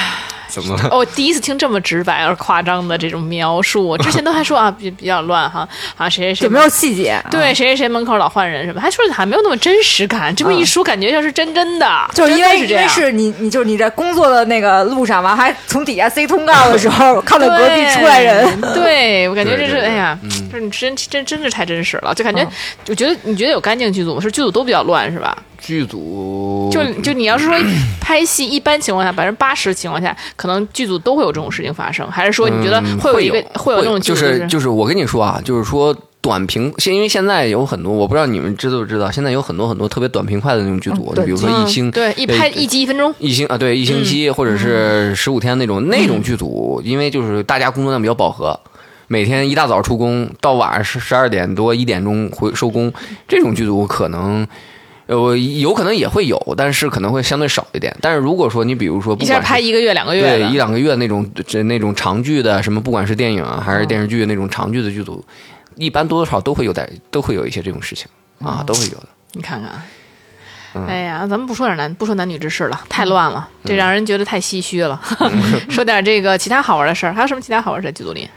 怎么了？
哦，我第一次听这么直白而夸张的这种描述，我之前都还说啊比比较乱哈，啊谁谁谁
有没有细节？
对谁谁谁门口老换人什么，还说的还没有那么真实感，这么一说感觉像是真真的，
嗯就是因
真
为
的是
因
这
为
样。
是你，你就是你在工作的那个路上嘛，还从底下塞通告的时候，看到
对
隔壁出来人，，哦
对我感觉这是
对对对嗯
哎呀，这你真真真是太真实了，就感觉、
嗯
我觉得你觉得有干净剧组吗？是剧组都比较乱是吧？
剧组
就就你要是说 <clears throat> 拍戏，一般情况下百分之八十的情况下，可能剧组都会有这种事情发生，还是说你觉得
嗯
会有一个、会有那种剧
就
组
是
是
就是我跟你说啊，就是说短平，现因为现在有很多，我不知道你们知道不知道，现在有很多很多特别短平快的那种剧组，就比如说一星，
嗯、对一拍
呃
一嗯集一分钟。
一星啊，对一星期、或者是十五天那种那种剧组，因为就是大家工作量比较饱和。每天一大早出工，到晚上十十二点多一点钟回收工，这种剧组可能，呃，有可能也会有，但是可能会相对少一点。但是如果说你比如说，不
一下
管是
拍一个月、两个月
对
的
一两个月那种这那种长剧的，什么不管是电影啊还是电视剧那种长剧的剧组，一般多多少少都会有点都会有一些这种事情啊，都会有的。
你看看，
嗯
哎呀，咱们不说点男不说男女之事了，太乱了，这让人觉得太唏嘘了。
嗯
<laughs> 说点这个其他好玩的事儿，还有什么其他好玩的事儿？剧组里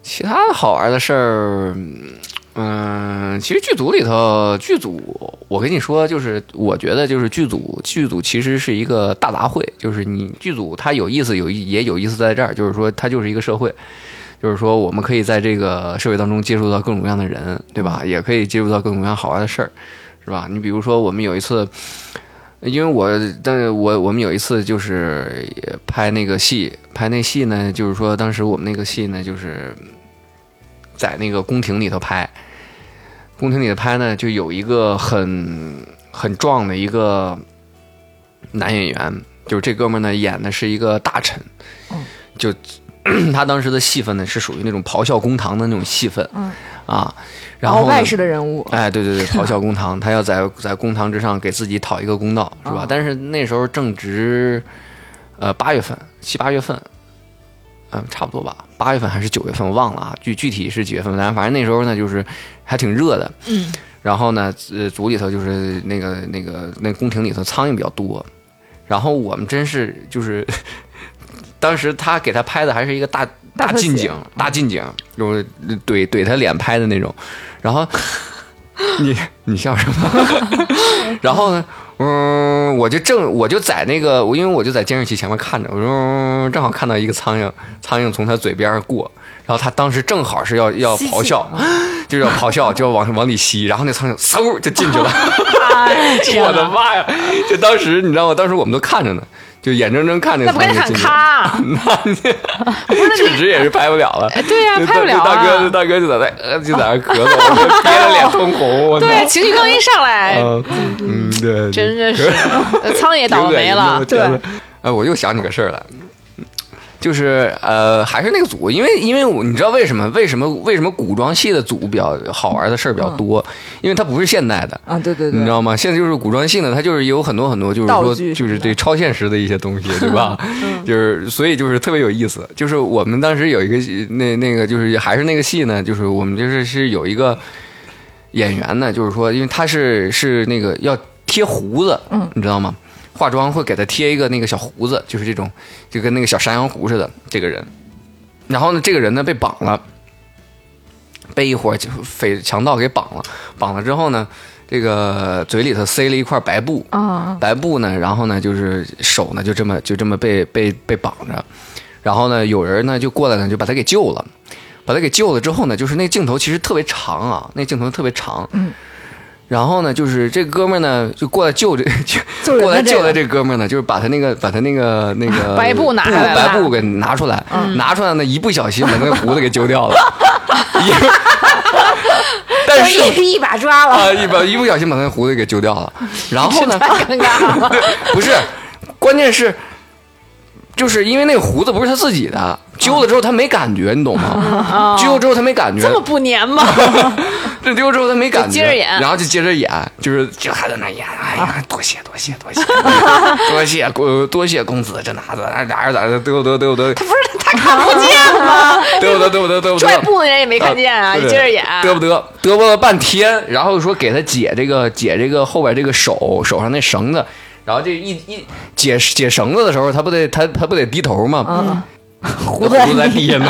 其他的好玩的事儿，嗯、其实剧组里头，剧组我跟你说，就是我觉得就是剧组，剧组其实是一个大杂烩，就是你剧组它有意思有意也有意思在这儿，就是说它就是一个社会。 <laughs> 就是说，我们可以在这个社会当中接触到各种各样的人，对吧？也可以接触到各种各样好玩的事儿，是吧？你比如说，我们有一次，因为我，但是我我们有一次就是也拍那个戏，拍那戏呢，就是说当时我们那个戏呢，就是在那个宫廷里头拍，宫廷里头拍呢，就有一个很很壮的一个男演员，就是这哥们儿呢演的是一个大臣，就 <clears throat> 他当时的戏份呢是属于那种咆哮公堂的那种戏份，
嗯
啊，然后呢
外事的人物，
哎，对对对，咆哮公堂，他要在在公堂之上给自己讨一个公道，是吧？但是那时候正值，呃，八月份，七八月份，嗯、差不多吧，八月份还是九月份，我忘了啊，具具体是几月份，反正反正那时候呢，就是还挺热的，
嗯，
然后呢，呃，组里头就是那个那个那宫廷里头苍蝇比较多，然后我们真是就是， <laughs> 当时他给他拍的还是一个大
大
大
特
近
写
景，啊大近景，就是怼怼他脸拍的那种，然后 <laughs> 你你笑什么？然后呢？嗯，我就正我就在那个，我因为我就在监视器前面看着，我说、嗯正好看到一个苍蝇，苍蝇从他嘴边儿过，然后他当时正好是要要
吸
咆
气
哮，
嗯
<laughs> 就要咆
<laughs>
哮，就要往往里吸，然后那苍蝇嗖就进去了。
哎
<laughs> 我的妈呀！就当时你知道吗？当时我们都看着呢，就眼睁睁看着
那不
苍
跟
蝇
喊
进去。
咔？
<laughs> 那你确实也是拍不了了。
哎 <laughs> 对呀、
那
拍不了
那大哥，那
啊。
大哥就在那呃就在那咳
<laughs>
嗽，我憋着脸通红。我操！
对，情绪刚一上来，
嗯嗯，对，
真的
<laughs>
是呃苍蝇也倒霉了。
对，哎，我又想起个事儿来，就是呃，还是那个组，因为因为我你知道为什么为什么为什么古装戏的组比较好玩的事儿
嗯
比较多，因为它不是现代的。
啊，对对
你
对
知，道吗？现在就是古装戏呢，它就是有很多很多，就是
道
说，
具什
就
么的
是对超现实的一些东西，对
<laughs>
吧？就是所以就是特别有意思。就是我们当时有一个戏那那个就是还是那个戏呢，就是我们就是是有一个演员呢，就是说，因为他是是那个要贴胡子，嗯，你知道吗？化妆会给他贴一个那个小胡子，就是这种，就跟那个小山羊胡似的这个人。然后呢，这个人呢被绑了，被一伙匪强盗给绑了。绑了之后呢，这个嘴里头塞了一块白布，
啊，
白布呢，然后呢就是手呢就这么就这么被被被绑着，然后呢有人呢就过来呢就把他给救了，把他给救了之后呢，就是那镜头其实特别长啊，那镜头特别长，嗯，然后呢就是这哥们儿呢就过来救这就
救人的
过来
这个
救的这哥们儿呢，就是把他那个把他那个那个
白布拿出来了
白布给拿出来，拿出来呢一不小心把那个胡子给揪掉了，因为 <laughs> 但是
一 <laughs> 一把抓了，
啊，一把一不小心把那胡子给揪
<laughs>
掉了，然后呢，
尴尬
<laughs>
了，
不是，关键是，就是因为那个胡子不是他自己的，揪了之后他没感觉，你懂吗？ <laughs> 揪了之后他没感觉
哦这，么不粘吗？ <laughs>
这揪了之后他没感觉，
就接着演啊
然后就接着演，就是就还在那演，哎呀，多谢多谢多谢 <laughs> 多谢多多谢公子，这哎哪子哪儿哪儿得得得得，
不是他看不见吗？
得得得得得
拽
得。
布的人也没看见啊，
对
你接着演。
嘚不嘚嘚啵了半天，然后说给他解这个解这个后边这个手手上那绳子，然后这一一解解绳子的时候，他不得他他不得低头吗？嗯胡子在地 <laughs> 下呢。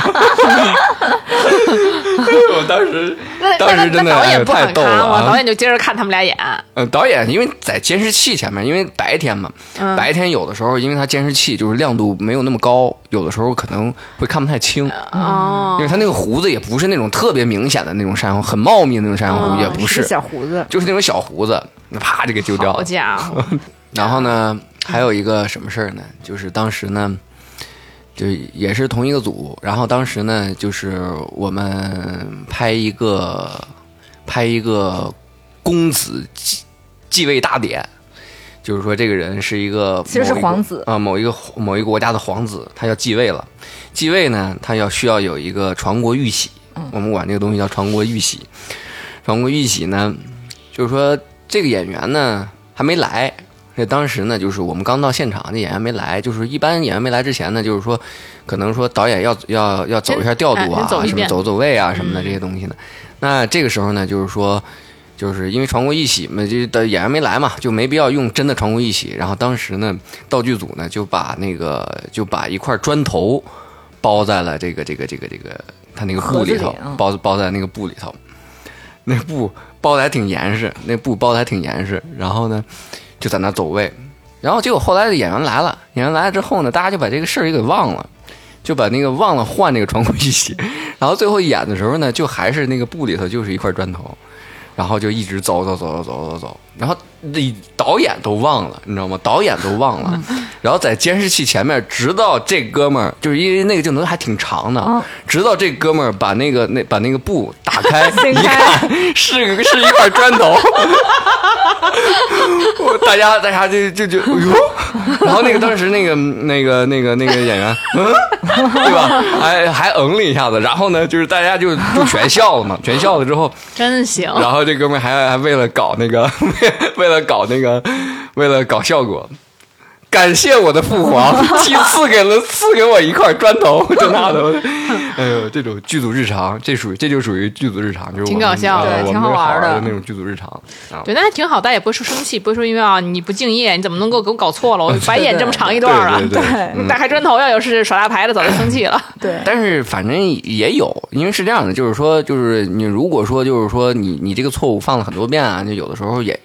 我当时
那
当时
那
真
那
的
导
哎
演不
太
喊
逗
咔
了
吗？
啊
导！演就接着看他们俩演。
呃，导演因为在监视器前面，因为白天嘛，
嗯
白天有的时候因为他监视器就是亮度没有那么高，有的时候可能会看不太清。
哦
因为他那个胡子也不是那种特别明显的那种山羊，很茂密的那种山羊胡，也不
嗯啊是
是
个，小胡子，
就是那种小胡子，那啪就给揪掉
好
了。
家
<laughs>
伙，
然后呢，还有一个什么事儿呢？就是当时呢，就也是同一个组，然后当时呢，就是我们拍一个拍一个公子继继位大典，就是说这个人是一个
其实是
某一个
皇子
啊、某一个某一个国家的皇子，他要继位了，继位呢，他要需要有一个传国玉玺，
嗯
我们管这个东西叫传国玉玺。传国玉玺呢，就是说这个演员呢还没来。这当时呢，就是我们刚到现场，那演员没来。就是一般演员没来之前呢，就是说，可能说导演要要要走一下调度
哎
啊，
先走一
什么
遍嗯
走走位啊什么的这些东西呢。那这个时候呢，就是说，就是因为传国一喜嘛，这的演员没来嘛，就没必要用真的传国一喜。然后当时呢，道具组呢就把那个就把一块砖头包在了这个这个这个这个他那个布里
盒
头
子里啊，
包包在那个布里头，那布包的还挺严实，那布包的还挺严实。然后呢，就在那走位。然后结果后来的演员来了，演员来了之后呢，大家就把这个事儿也给忘了，就把那个忘了换那个传国一喜。然后最后演的时候呢，就还是那个布里头就是一块砖头。然后就一直走走走走走走走，然后你导演都忘了，你知道吗？导演都忘了，然后在监视器前面，直到这哥们儿就是因为那个镜头还挺长的，直到这哥们儿把那个那把那个布 <laughs> 打开一看，是个是一块砖头。我大家大家就就就哎呦，然后那个当时那个那个那个那个演员，嗯， <laughs> 对吧？还还嗯了一下子，然后呢，就是大家就就全笑了嘛，全笑了之后，
真行，
然后这哥们儿还还为了搞那个， <laughs> 为了搞那个，为了搞效果，感谢我的父皇， <laughs> 赐赐给了赐给我一块砖头， <laughs> 这那的，哎呦，这种剧组日常，这属于这就属于剧组日常，就是
挺
我们
搞笑的
呃我
对
们
挺好
好
玩的
的那种剧组日常。啊
对，那还挺好，大家也不会说生气，不会说因为啊你不敬业，你怎么能够给我搞错了？
<laughs>
我白演这么长一段啊了，
对对对
对
嗯
打开砖头要有是耍大牌的，早就生气了。
对，
但是反正也有，因为是这样的，就是说，就是你如果说就是说你你这个错误犯了很多遍啊，就有的时候也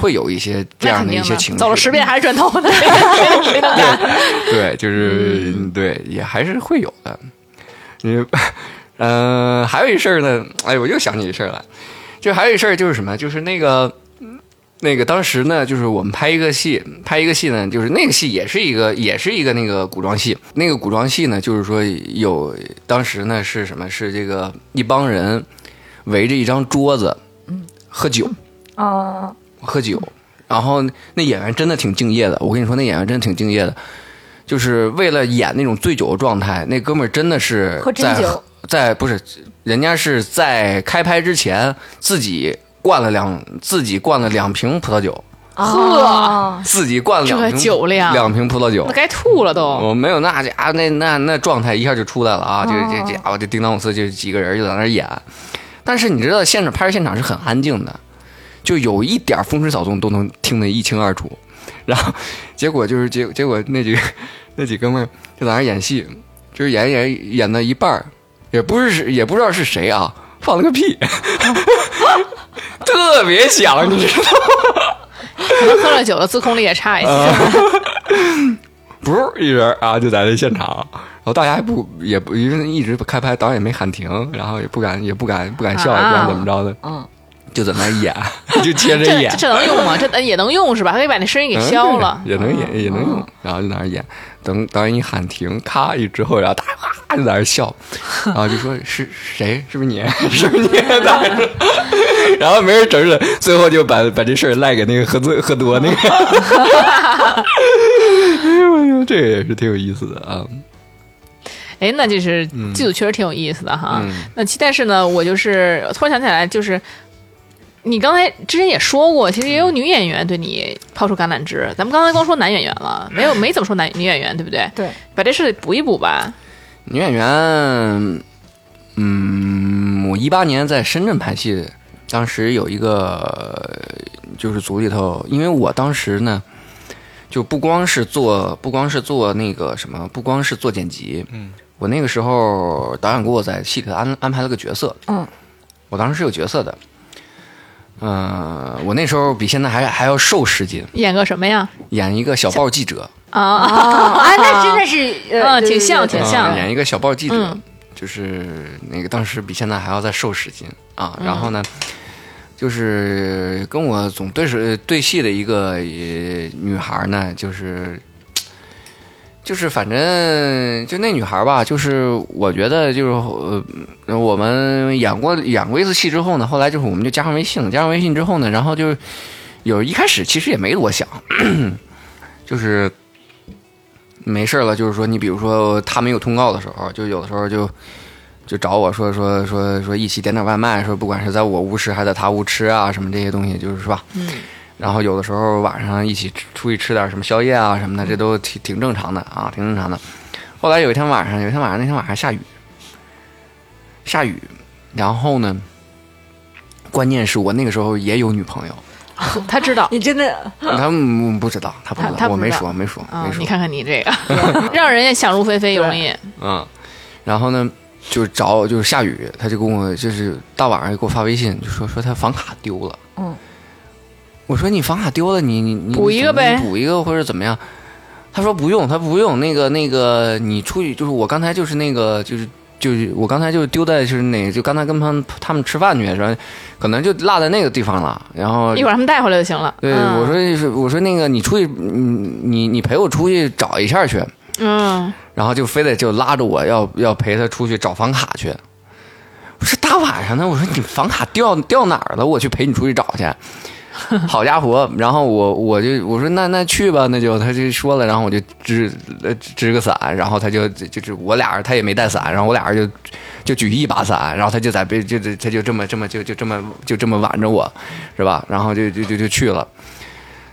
会有一些 <laughs> 这
嗯那
样
肯
的
定
一些
的
情绪，
走了十遍还是砖头呢，谁能干？
对，就是、对，也还是会有的。你，呃，还有一事儿呢，哎，我又想起一事儿来，就还有一事儿就是什么，就是那个。那个当时呢，就是我们拍一个戏，拍一个戏呢，就是那个戏也是一个，也是一个那个古装戏。那个古装戏呢，就是说有当时呢是什么？是这个一帮人围着一张桌子，喝酒，
啊，
喝酒，然后那演员真的挺敬业的，我跟你说，那演员真的挺敬业的，就是为了演那种醉酒的状态，那哥们儿真的是
喝真
在
酒
在不是，人家是在开拍之前自己灌了两自己灌了两瓶葡萄酒，
哦呵，
自己灌了两
这
瓶
个酒量
两瓶葡萄酒
那，该吐了 <laughs> 都。
我没有那家伙，那那那状态一下就出来了啊！就这这家伙，这叮当五四就几个人就在那儿演。但是你知道，现场拍摄现场是很安静的，就有一点风吹草动都能听得一清二楚。然后结果就是结结果那几个那几哥们儿就在那儿演戏，就是演演演到一半儿，也不是也不知道是谁啊，放了个屁，特别响，你知道吗？
可能喝了酒了，自控力也差一些。
啊不是一人啊，就在这现场，然后大家也不也不因为一直不开拍，导演也没喊停，然后也不敢也不敢不敢笑，也
啊
不敢怎么着的，
嗯，
就在那儿演， <laughs> 就接着
<laughs> 这
演
这，这能用吗？这呃也能用是吧？还可以把那声音给消了
哎嗯。对也能演也能用，然后就在那儿演，等导演一喊停，咔一之后，然后大家哇就在那
<laughs>
儿笑，然后就说是谁？是不是你？ <laughs> 是不是你？大家说然后没人承认，最后就把把这事儿赖给那个喝醉喝多那个。 <laughs> 哎呦哎呦，这个也是挺有意思的啊。
哎，那就是
嗯
剧组确实挺有意思的哈。那其但是呢，我就是突然想起来，就是你刚才之前也说过，其实也
嗯
有女演员对你抛出橄榄枝。咱们刚才光说男演员了，没
嗯
有没怎么说男女演员，对不对？
对，
把这事补一补吧。
女演员，嗯，我一八年在深圳拍戏，当时有一个就是组里头，因为我当时呢，就不光是做，不光是做那个什么，不光是做剪辑，嗯，我那个时候导演给我在戏里头安安排了个角色，
嗯，
我当时是有角色的，嗯、我那时候比现在还还要瘦十斤，
演个什么呀？
演一个小报记者，
啊，
啊，那真的是，
啊
呃，
挺像挺像
啊演一个小报记者，
嗯
就是那个当时比现在还要再瘦十斤啊。然
嗯
后呢，就是跟我总对是对戏的一个呃女孩呢，就是就是反正就那女孩吧，就是我觉得就是呃，我们演过演过一次戏之后呢，后来就是我们就加上微信了，加上微信之后呢，然后就是有一开始其实也没多想， <coughs> 就是没事儿了，就是说你比如说他没有通告的时候，就有的时候就。就找我说说说说一起点点外卖，说不管是在我屋吃还是在他屋吃啊，什么这些东西，就是是吧？嗯。然后有的时候晚上一起吃出去吃点什么宵夜啊什么的，这都挺挺正常的啊，挺正常的。后来有一天晚上，有一天晚上那天晚上下雨，下雨，然后呢，关键是我那个时候也有女朋友，
<laughs> 他知道。
你真的
他们不知道，他不知
他他
道，
不
我没
知道
说，没说，
啊
没，说
你。看看你
<laughs>
这个，让人家想入非非容易。
嗯，然后呢，就找就是下雨，他就跟我就是大晚上给我发微信，就说说他房卡丢了。
嗯，
我说你房卡丢了，你你你
补一个呗
你补一个或者怎么样？他说不用，他不用那个那个，你出去就是我刚才就是那个就是就是我刚才就丢在就是哪就刚才跟他们他们吃饭去，然后可能就落在那个地方了，然后
一会儿他们带回来就行了。
对、
嗯
我说是我说那个你出去你你你陪我出去找一下去，
嗯，
然后就非得就拉着我要要陪他出去找房卡去。我说大晚上的，我说你房卡掉掉哪儿了？我去陪你出去找去。 <laughs> 好家伙！然后我我就我说那那去吧，那就他就说了，然后我就支呃支个伞，然后他就就就是我俩人他也没带伞，然后我俩人就就举一把伞，然后他就在被就就他就这么这么就就这么就这么挽着我，是吧？然后就就就就去了。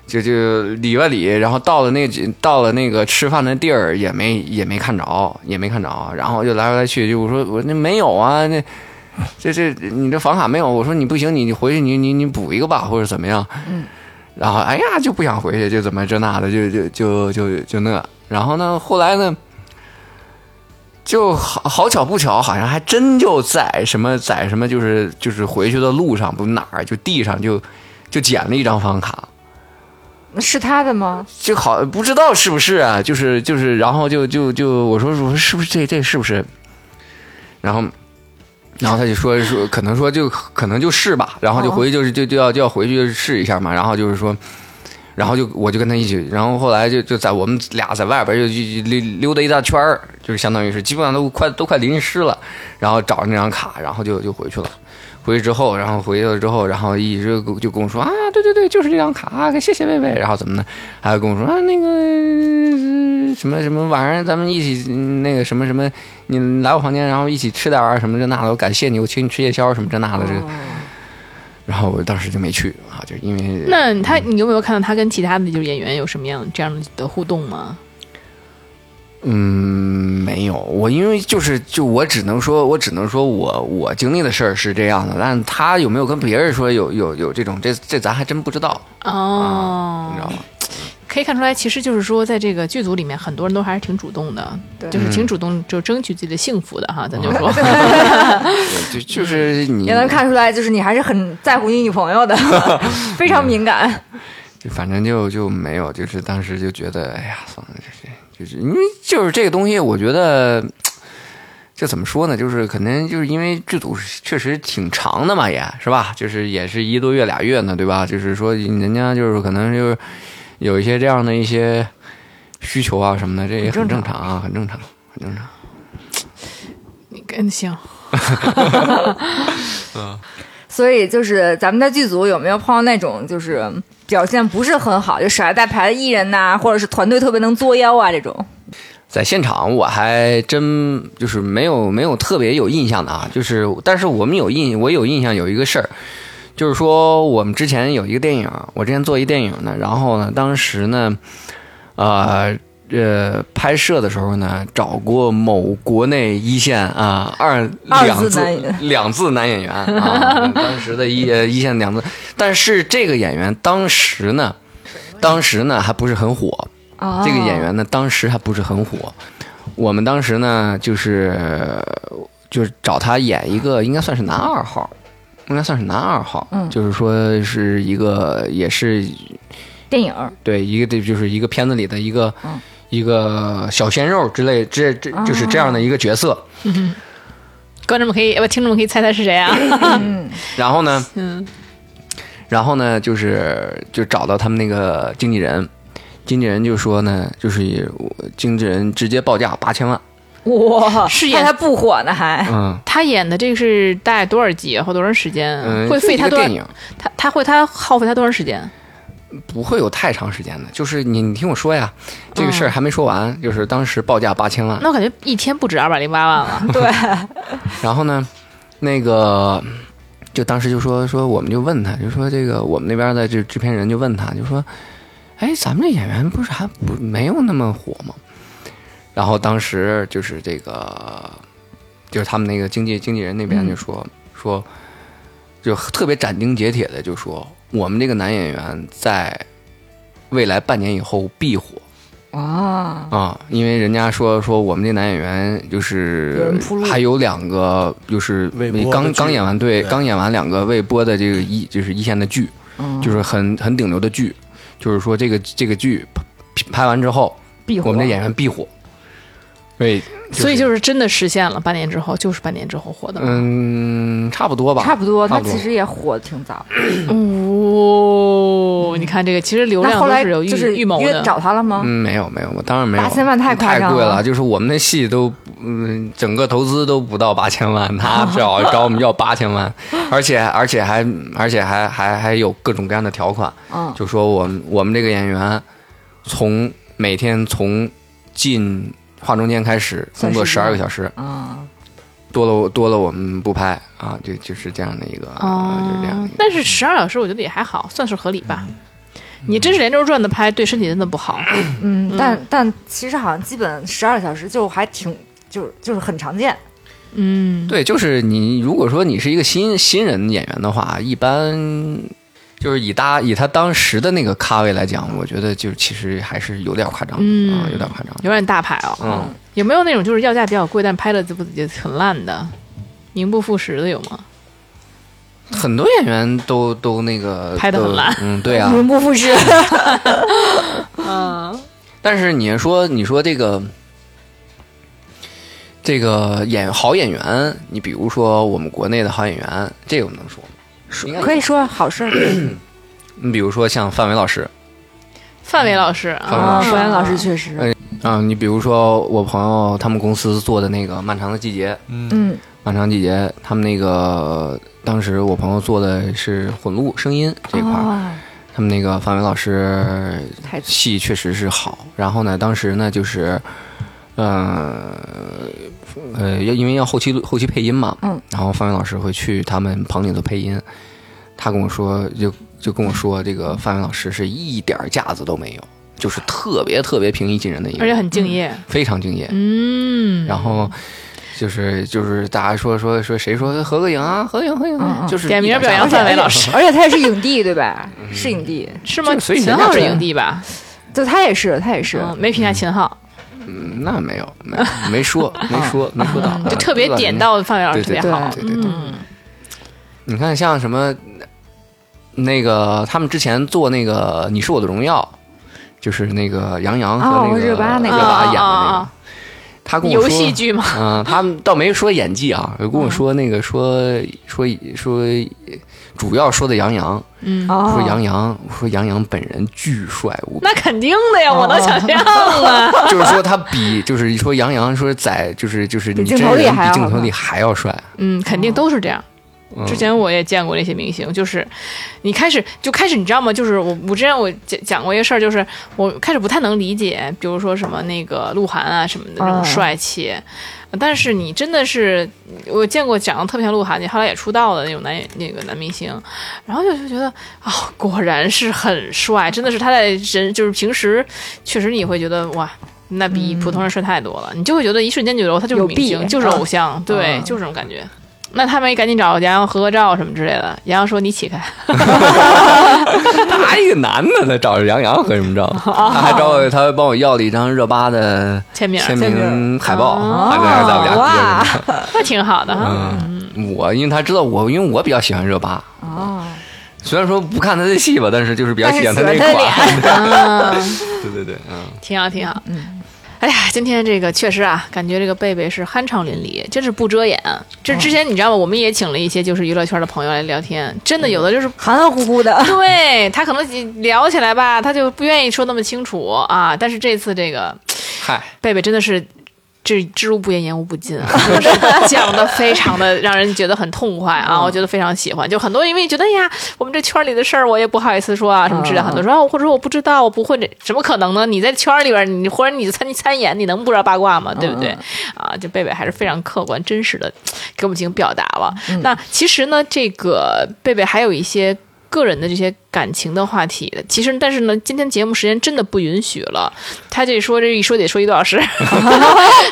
就就里外里，然后到了那到了那个吃饭的地儿也没也没看着，也没看着，然后就来来去去，我说我那没有啊，那这这你这房卡没有，我说你不行，你你回去你你你补一个吧，或者怎么样，然后哎呀就不想回去，就怎么这那的，就就就就就那，然后呢后来呢。就好好巧不巧，好像还真就在什么在什么，就是就是回去的路上，不哪儿就地上就就捡了一张房卡，
是他的吗？
就好不知道是不是啊，就是就是，然后就就就我说我说是不是这这是不是？然后然后他就说说可能说就可能就是吧，然后就回去就是就就要就要回去试一下嘛，然后就是说。然后就我就跟他一起，然后后来就就在我们俩在外边就就就溜溜达一大圈儿，就是相当于是基本上都快都快淋湿了，然后找那张卡，然后就就回去了。回去之后，然后回去了之后，然后一直就跟我说啊，对对对，就是这张卡，啊谢谢贝贝，然后怎么的，还有跟我说啊，那个呃什么什么晚上咱们一起嗯那个什么什么，你来我房间，然后一起吃点儿什么这那的，我感谢你，我请你吃夜宵什么这那的这个。然后我当时就没去啊，就因为
那他你有没有看到他跟其他的就是演员有什么样这样的互动吗？
嗯，没有，我因为就是就我只能说，我只能说我我经历的事儿是这样的，但他有没有跟别人说有有有这种，这这咱还真不知道，
哦
你知道吗？
可以看出来，其实就是说，在这个剧组里面，很多人都还是挺主动的，
对
就是挺主动，就争取自己的幸福的哈。咱就说，
就就是你
也能，看出来，就是你还是很在乎你女朋友
<laughs>
的，非常敏
嗯
感。
就反正就就没有，就是当时就觉得，哎呀，算了，这这就是因为就是这个东西，我觉得。这怎么说呢？就是可能就是因为剧组是确实挺长的嘛也，是吧？就是也是一多月俩月呢，对吧？就是说人家就是可能就是有一些这样的一些需求啊什么的，这也很正常啊，很正常，很正常。
你跟行，
所以就是咱们在剧组有没有碰到那种就是表现不是很好，就耍赖大牌的艺人呐、或者是团队特别能作妖啊这种？
在现场我还真就是没有没有特别有印象的啊，就是但是我们有印我有印象有一个事儿，就是说我们之前有一个电影，我之前做一电影呢，然后呢当时呢，呃呃拍摄的时候呢找过某国内一线啊、二
二字
两字
男演员
两字男演
<laughs>
员啊，当时的一呃一线两字，但是这个演员当时呢，当时呢还不是很火，
啊
这个演员呢，当时还不是很火。我们当时呢，就是就是找他演一个，应该算是男二号，应该算是男二号，
嗯
就是说是一个，也是
电影儿
对一个这就是一个片子里的一个、
嗯
一个小鲜肉之类，这这就是这
啊
样的一个角色。
观众们可以呃不，听众们可以猜猜是谁啊？
然后呢，
嗯，
然后呢，就是就找到他们那个经纪人，经纪人就说呢，就是以我经纪人直接报价八千万，
哇，
是
看
演
他不火呢还。
嗯。
他演的这个是大概多少集啊，或多长时间？
嗯，
会
就
费
一
他
个
多少
电？影
他他会他耗费他多长时间？
不会有太长时间的，就是你你听我说呀，这个事儿还没说完，就是当时报价八千万，
那我感觉一天不止二百零八万了。
对，
然后呢，那个就当时就说说我们就问他，就说这个我们那边的这制片人就问他，就说，哎，咱们这演员不是还不没有那么火吗？然后当时就是这个，就是他们那个经纪经纪人那边就说、说，就特别斩钉截铁的就说，我们这个男演员在未来半年以后必火。
啊，
啊，因为人家说说我们这男演员就
有
是
人铺路
还有两个就是
未播的
刚
剧
刚演完对
对
刚演完两个未播的这个一就是一线的剧，
嗯
就是很很顶流的剧，就是说这个这个剧拍拍完之后，
必
我们这演员必火。对，
所以就是真的实现了，八年之后就是八年之后获得了。
嗯，差不多吧，
差不多，
差
他
不多
其实也火的挺早。
哦，你看这个，其实流
那
量
后
都
来
是有预
就是
预谋
约
的。
找他了吗？
嗯，没有没有，我当然没有。
8000万太夸张了
太贵了，就是我们那戏都，嗯，整个投资都不到八千万，他找找我们要八
<laughs>
千万，而且而且还而且还还还有各种各样的条款，
嗯
就说我们我们这个演员从每天从进化妆间开始工作
算时
十
间
二个小时，
嗯，
多了我多了我们不拍啊，就就是这样的一个，
哦
啊就是这样的一个。嗯
但是十二小时我觉得也还好，算是合理吧。你真是连轴转的拍，对身体真的不好。
嗯，但但其实好像基本十二小时就还挺就是就是很常见。
嗯，
对，就是你如果说你是一个新新人演员的话，一般就是以他以他当时的那个咖位来讲，我觉得就其实还是有点夸张，
嗯
啊有点夸张。
有点大牌哦。
嗯，
有没有那种就是要价比较贵，但拍的自不自己很烂的，名不副实的有吗？
很多演员都都那个
拍得很
都
烂
嗯，对
<laughs>
啊。
名不副 <laughs> 实。啊
嗯，
但是你说你说这个这个演好演员，你比如说我们国内的好演员，这个我们能说吗？应该
可以说好事儿。
嗯你比如说像范伟老师，
范伟老师
范伟老
啊，
啊，
师
舒
范
言
伟
老师确实，
嗯、你比如说我朋友他们公司做的那个《漫长的季节》，
嗯
漫长季节，他们那个当时我朋友做的是混录声音这一块儿，
哦
他们那个范伟老师
太足
戏确实是好。然后呢，当时呢就是，呃呃，要因为要后期后期配音嘛，
嗯，
然后范伟老师会去他们棚里头配音，他跟我说就就跟我说，这个范伟老师是一点儿架子都没有，就是特别特别平易近人的一个
而
人，
且很敬业。
非常敬业，
嗯，
然后就是就是大家说说说谁说合个影啊，合影合影啊，
嗯嗯
就是
点名
一点哎
表扬
儿
范伟老
<laughs>
师
而且他也是影帝对吧？
嗯
是影帝，
是吗？
就所以
秦
人家
昊是
这
影帝吧？
对，他也是，他也是。
嗯，没评价秦昊，
嗯那没有没没说没说没说到，
嗯
啊
就特别点到范伟老师
对
特别
对
好。
对对对，
嗯，
你看像什么那个他们之前做那个《你是我的荣耀》，就是那个杨洋和
哦
那个
热巴那个
热巴演的
啊啊
那个
啊，
他跟我
游
说
戏剧嘛，嗯
嗯，他们倒没说演技啊，有跟我说那个说说说，主要说的杨洋，
嗯，
说
哦，
杨洋，我说杨洋本人巨帅无比，
那肯定的呀，我能想象
哦
啊。
就是说他比就是说杨洋说在就是就是你
比镜
真
头里
人
还
比
要
镜头里还
<laughs>
要帅，
嗯，肯定都是这样。之前我也见过那些明星，就是你开始就开始，你知道吗？就是我我之前我讲讲过一个事儿，就是我开始不太能理解，比如说什么那个鹿晗啊什么的那种
嗯
帅气，但是你真的是我见过长得特别像鹿晗，你后来也出道的那种男那个男明星，然后就就觉得啊、果然是很帅，真的是他在人就是平时确实你会觉得哇。那比普通人帅太多了，你就会觉得一瞬间觉得他就
嗯
是
有
明
弊
星，就是
嗯
偶像，对，
嗯
就是这种感觉。那他们也赶紧找杨洋合个照什么之类的。杨洋说：“你起开。
他一个男的他找着杨洋合什么
<laughs>
照？他还找我，他还帮我要了一张热巴的
签名
签
签
名
名
海报，
哦
还在还在我家
哇
搁着呢。”
那挺好的哈。
嗯，我因为他知道我，因为我比较喜欢热巴，
哦，
虽然说不看他的戏吧，但是就是比较
但是
喜
喜
欢
欢
他
他
那
的
一款。
脸，
<laughs> 对对对，嗯，
<laughs> 挺好，挺好。嗯，哎呀，今天这个确实啊，感觉这个贝贝是酣畅淋漓，真是不遮掩。啊这之前你知道吗？我们也请了一些就是娱乐圈的朋友来聊天，真
嗯
的有的就是。
含 <laughs> 含糊糊的。
对他可能聊起来吧，他就不愿意说那么清楚啊。但是这次这个
嗨，
贝贝真的是这知无不言，言无不尽 <laughs> 啊，就是讲的非常的让人觉得很痛快啊，我觉得非常喜欢。就很多因为觉得哎呀，我们这圈里的事儿我也不好意思说啊，什么之类的，
嗯
很多说啊或者说我不知道，我不会这，怎么可能呢？你在圈里边，你或者你参参演，你能不知道八卦吗？对不对？啊，这贝贝还是非常客观真实的给我们进行表达了。那其实呢，这个贝贝还有一些。个人的这些感情的话题的，其实但是呢，今天节目时间真的不允许了。他这说这一说得说一个多小时，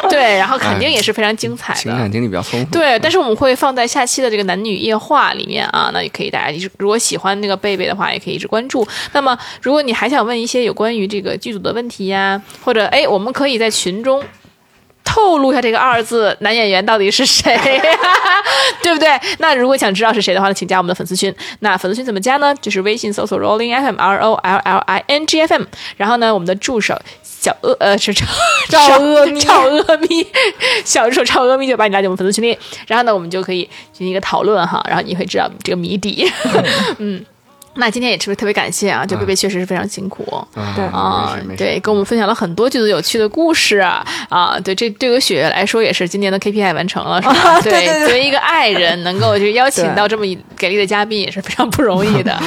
对，然后肯定也是非常精彩
情
的
感。经历比较丰富。
对，但是我们会放在下期的这个男女夜话里面啊，那也可以大家一直如果喜欢那个贝贝的话，也可以一直关注。那么如果你还想问一些有关于这个剧组的问题呀，或者哎，我们可以在群中。 <laughs> 透露一下这个二字男演员到底是谁， <laughs> 对不对？那如果想知道是谁的话呢，请加我们的粉丝群。那粉丝群怎么加呢？就是微信搜索 Rolling FM R O L L I N G F M，然后呢，我们的助手小恶呃是 <laughs> 赵
赵阿咪
赵阿咪小助手赵阿咪就把你拉进我们粉丝群里，然后呢，我们就可以进行一个讨论哈，然后你会知道这个谜底。 <laughs> 嗯，那今天也是不是特别感谢啊？就贝贝确实是非常辛苦。
对
啊
嗯没事，没事
对，跟我们分享了很多剧组有趣的故事啊，啊对，这对于雪月来说也是今年的 KPI 完成了，是吧？
<laughs>
对
对对对
作为一个爱人，能够就邀请
对
到这么一给力的嘉宾也是非常不容易
<laughs>
的，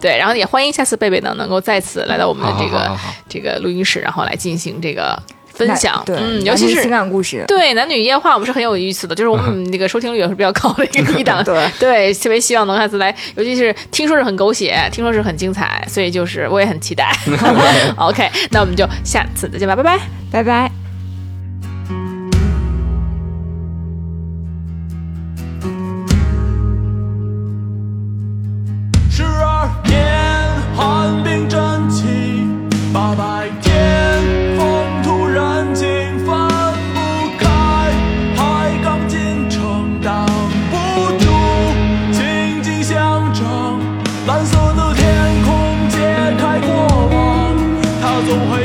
对，然后也欢迎下次贝贝呢能够再次来到我们的这个
好好好好好
这个录音室，然后来进行这个分享，
对，
嗯，尤其
男女
是
情感故事，
对男女夜话，我们是很有意思的，就是我们那个收听率也是比较高的一个一档，
对
对，特别希望能下次来，尤其是听说是很狗血，听说是很精彩，所以就是我也很期待。OK，那我们就下次再见吧，拜拜。
拜拜。
十二年寒冰阵起，八百天风突然紧，分不开，还刚进城，挡不住紧紧相争。蓝色的天空揭开过往，它总会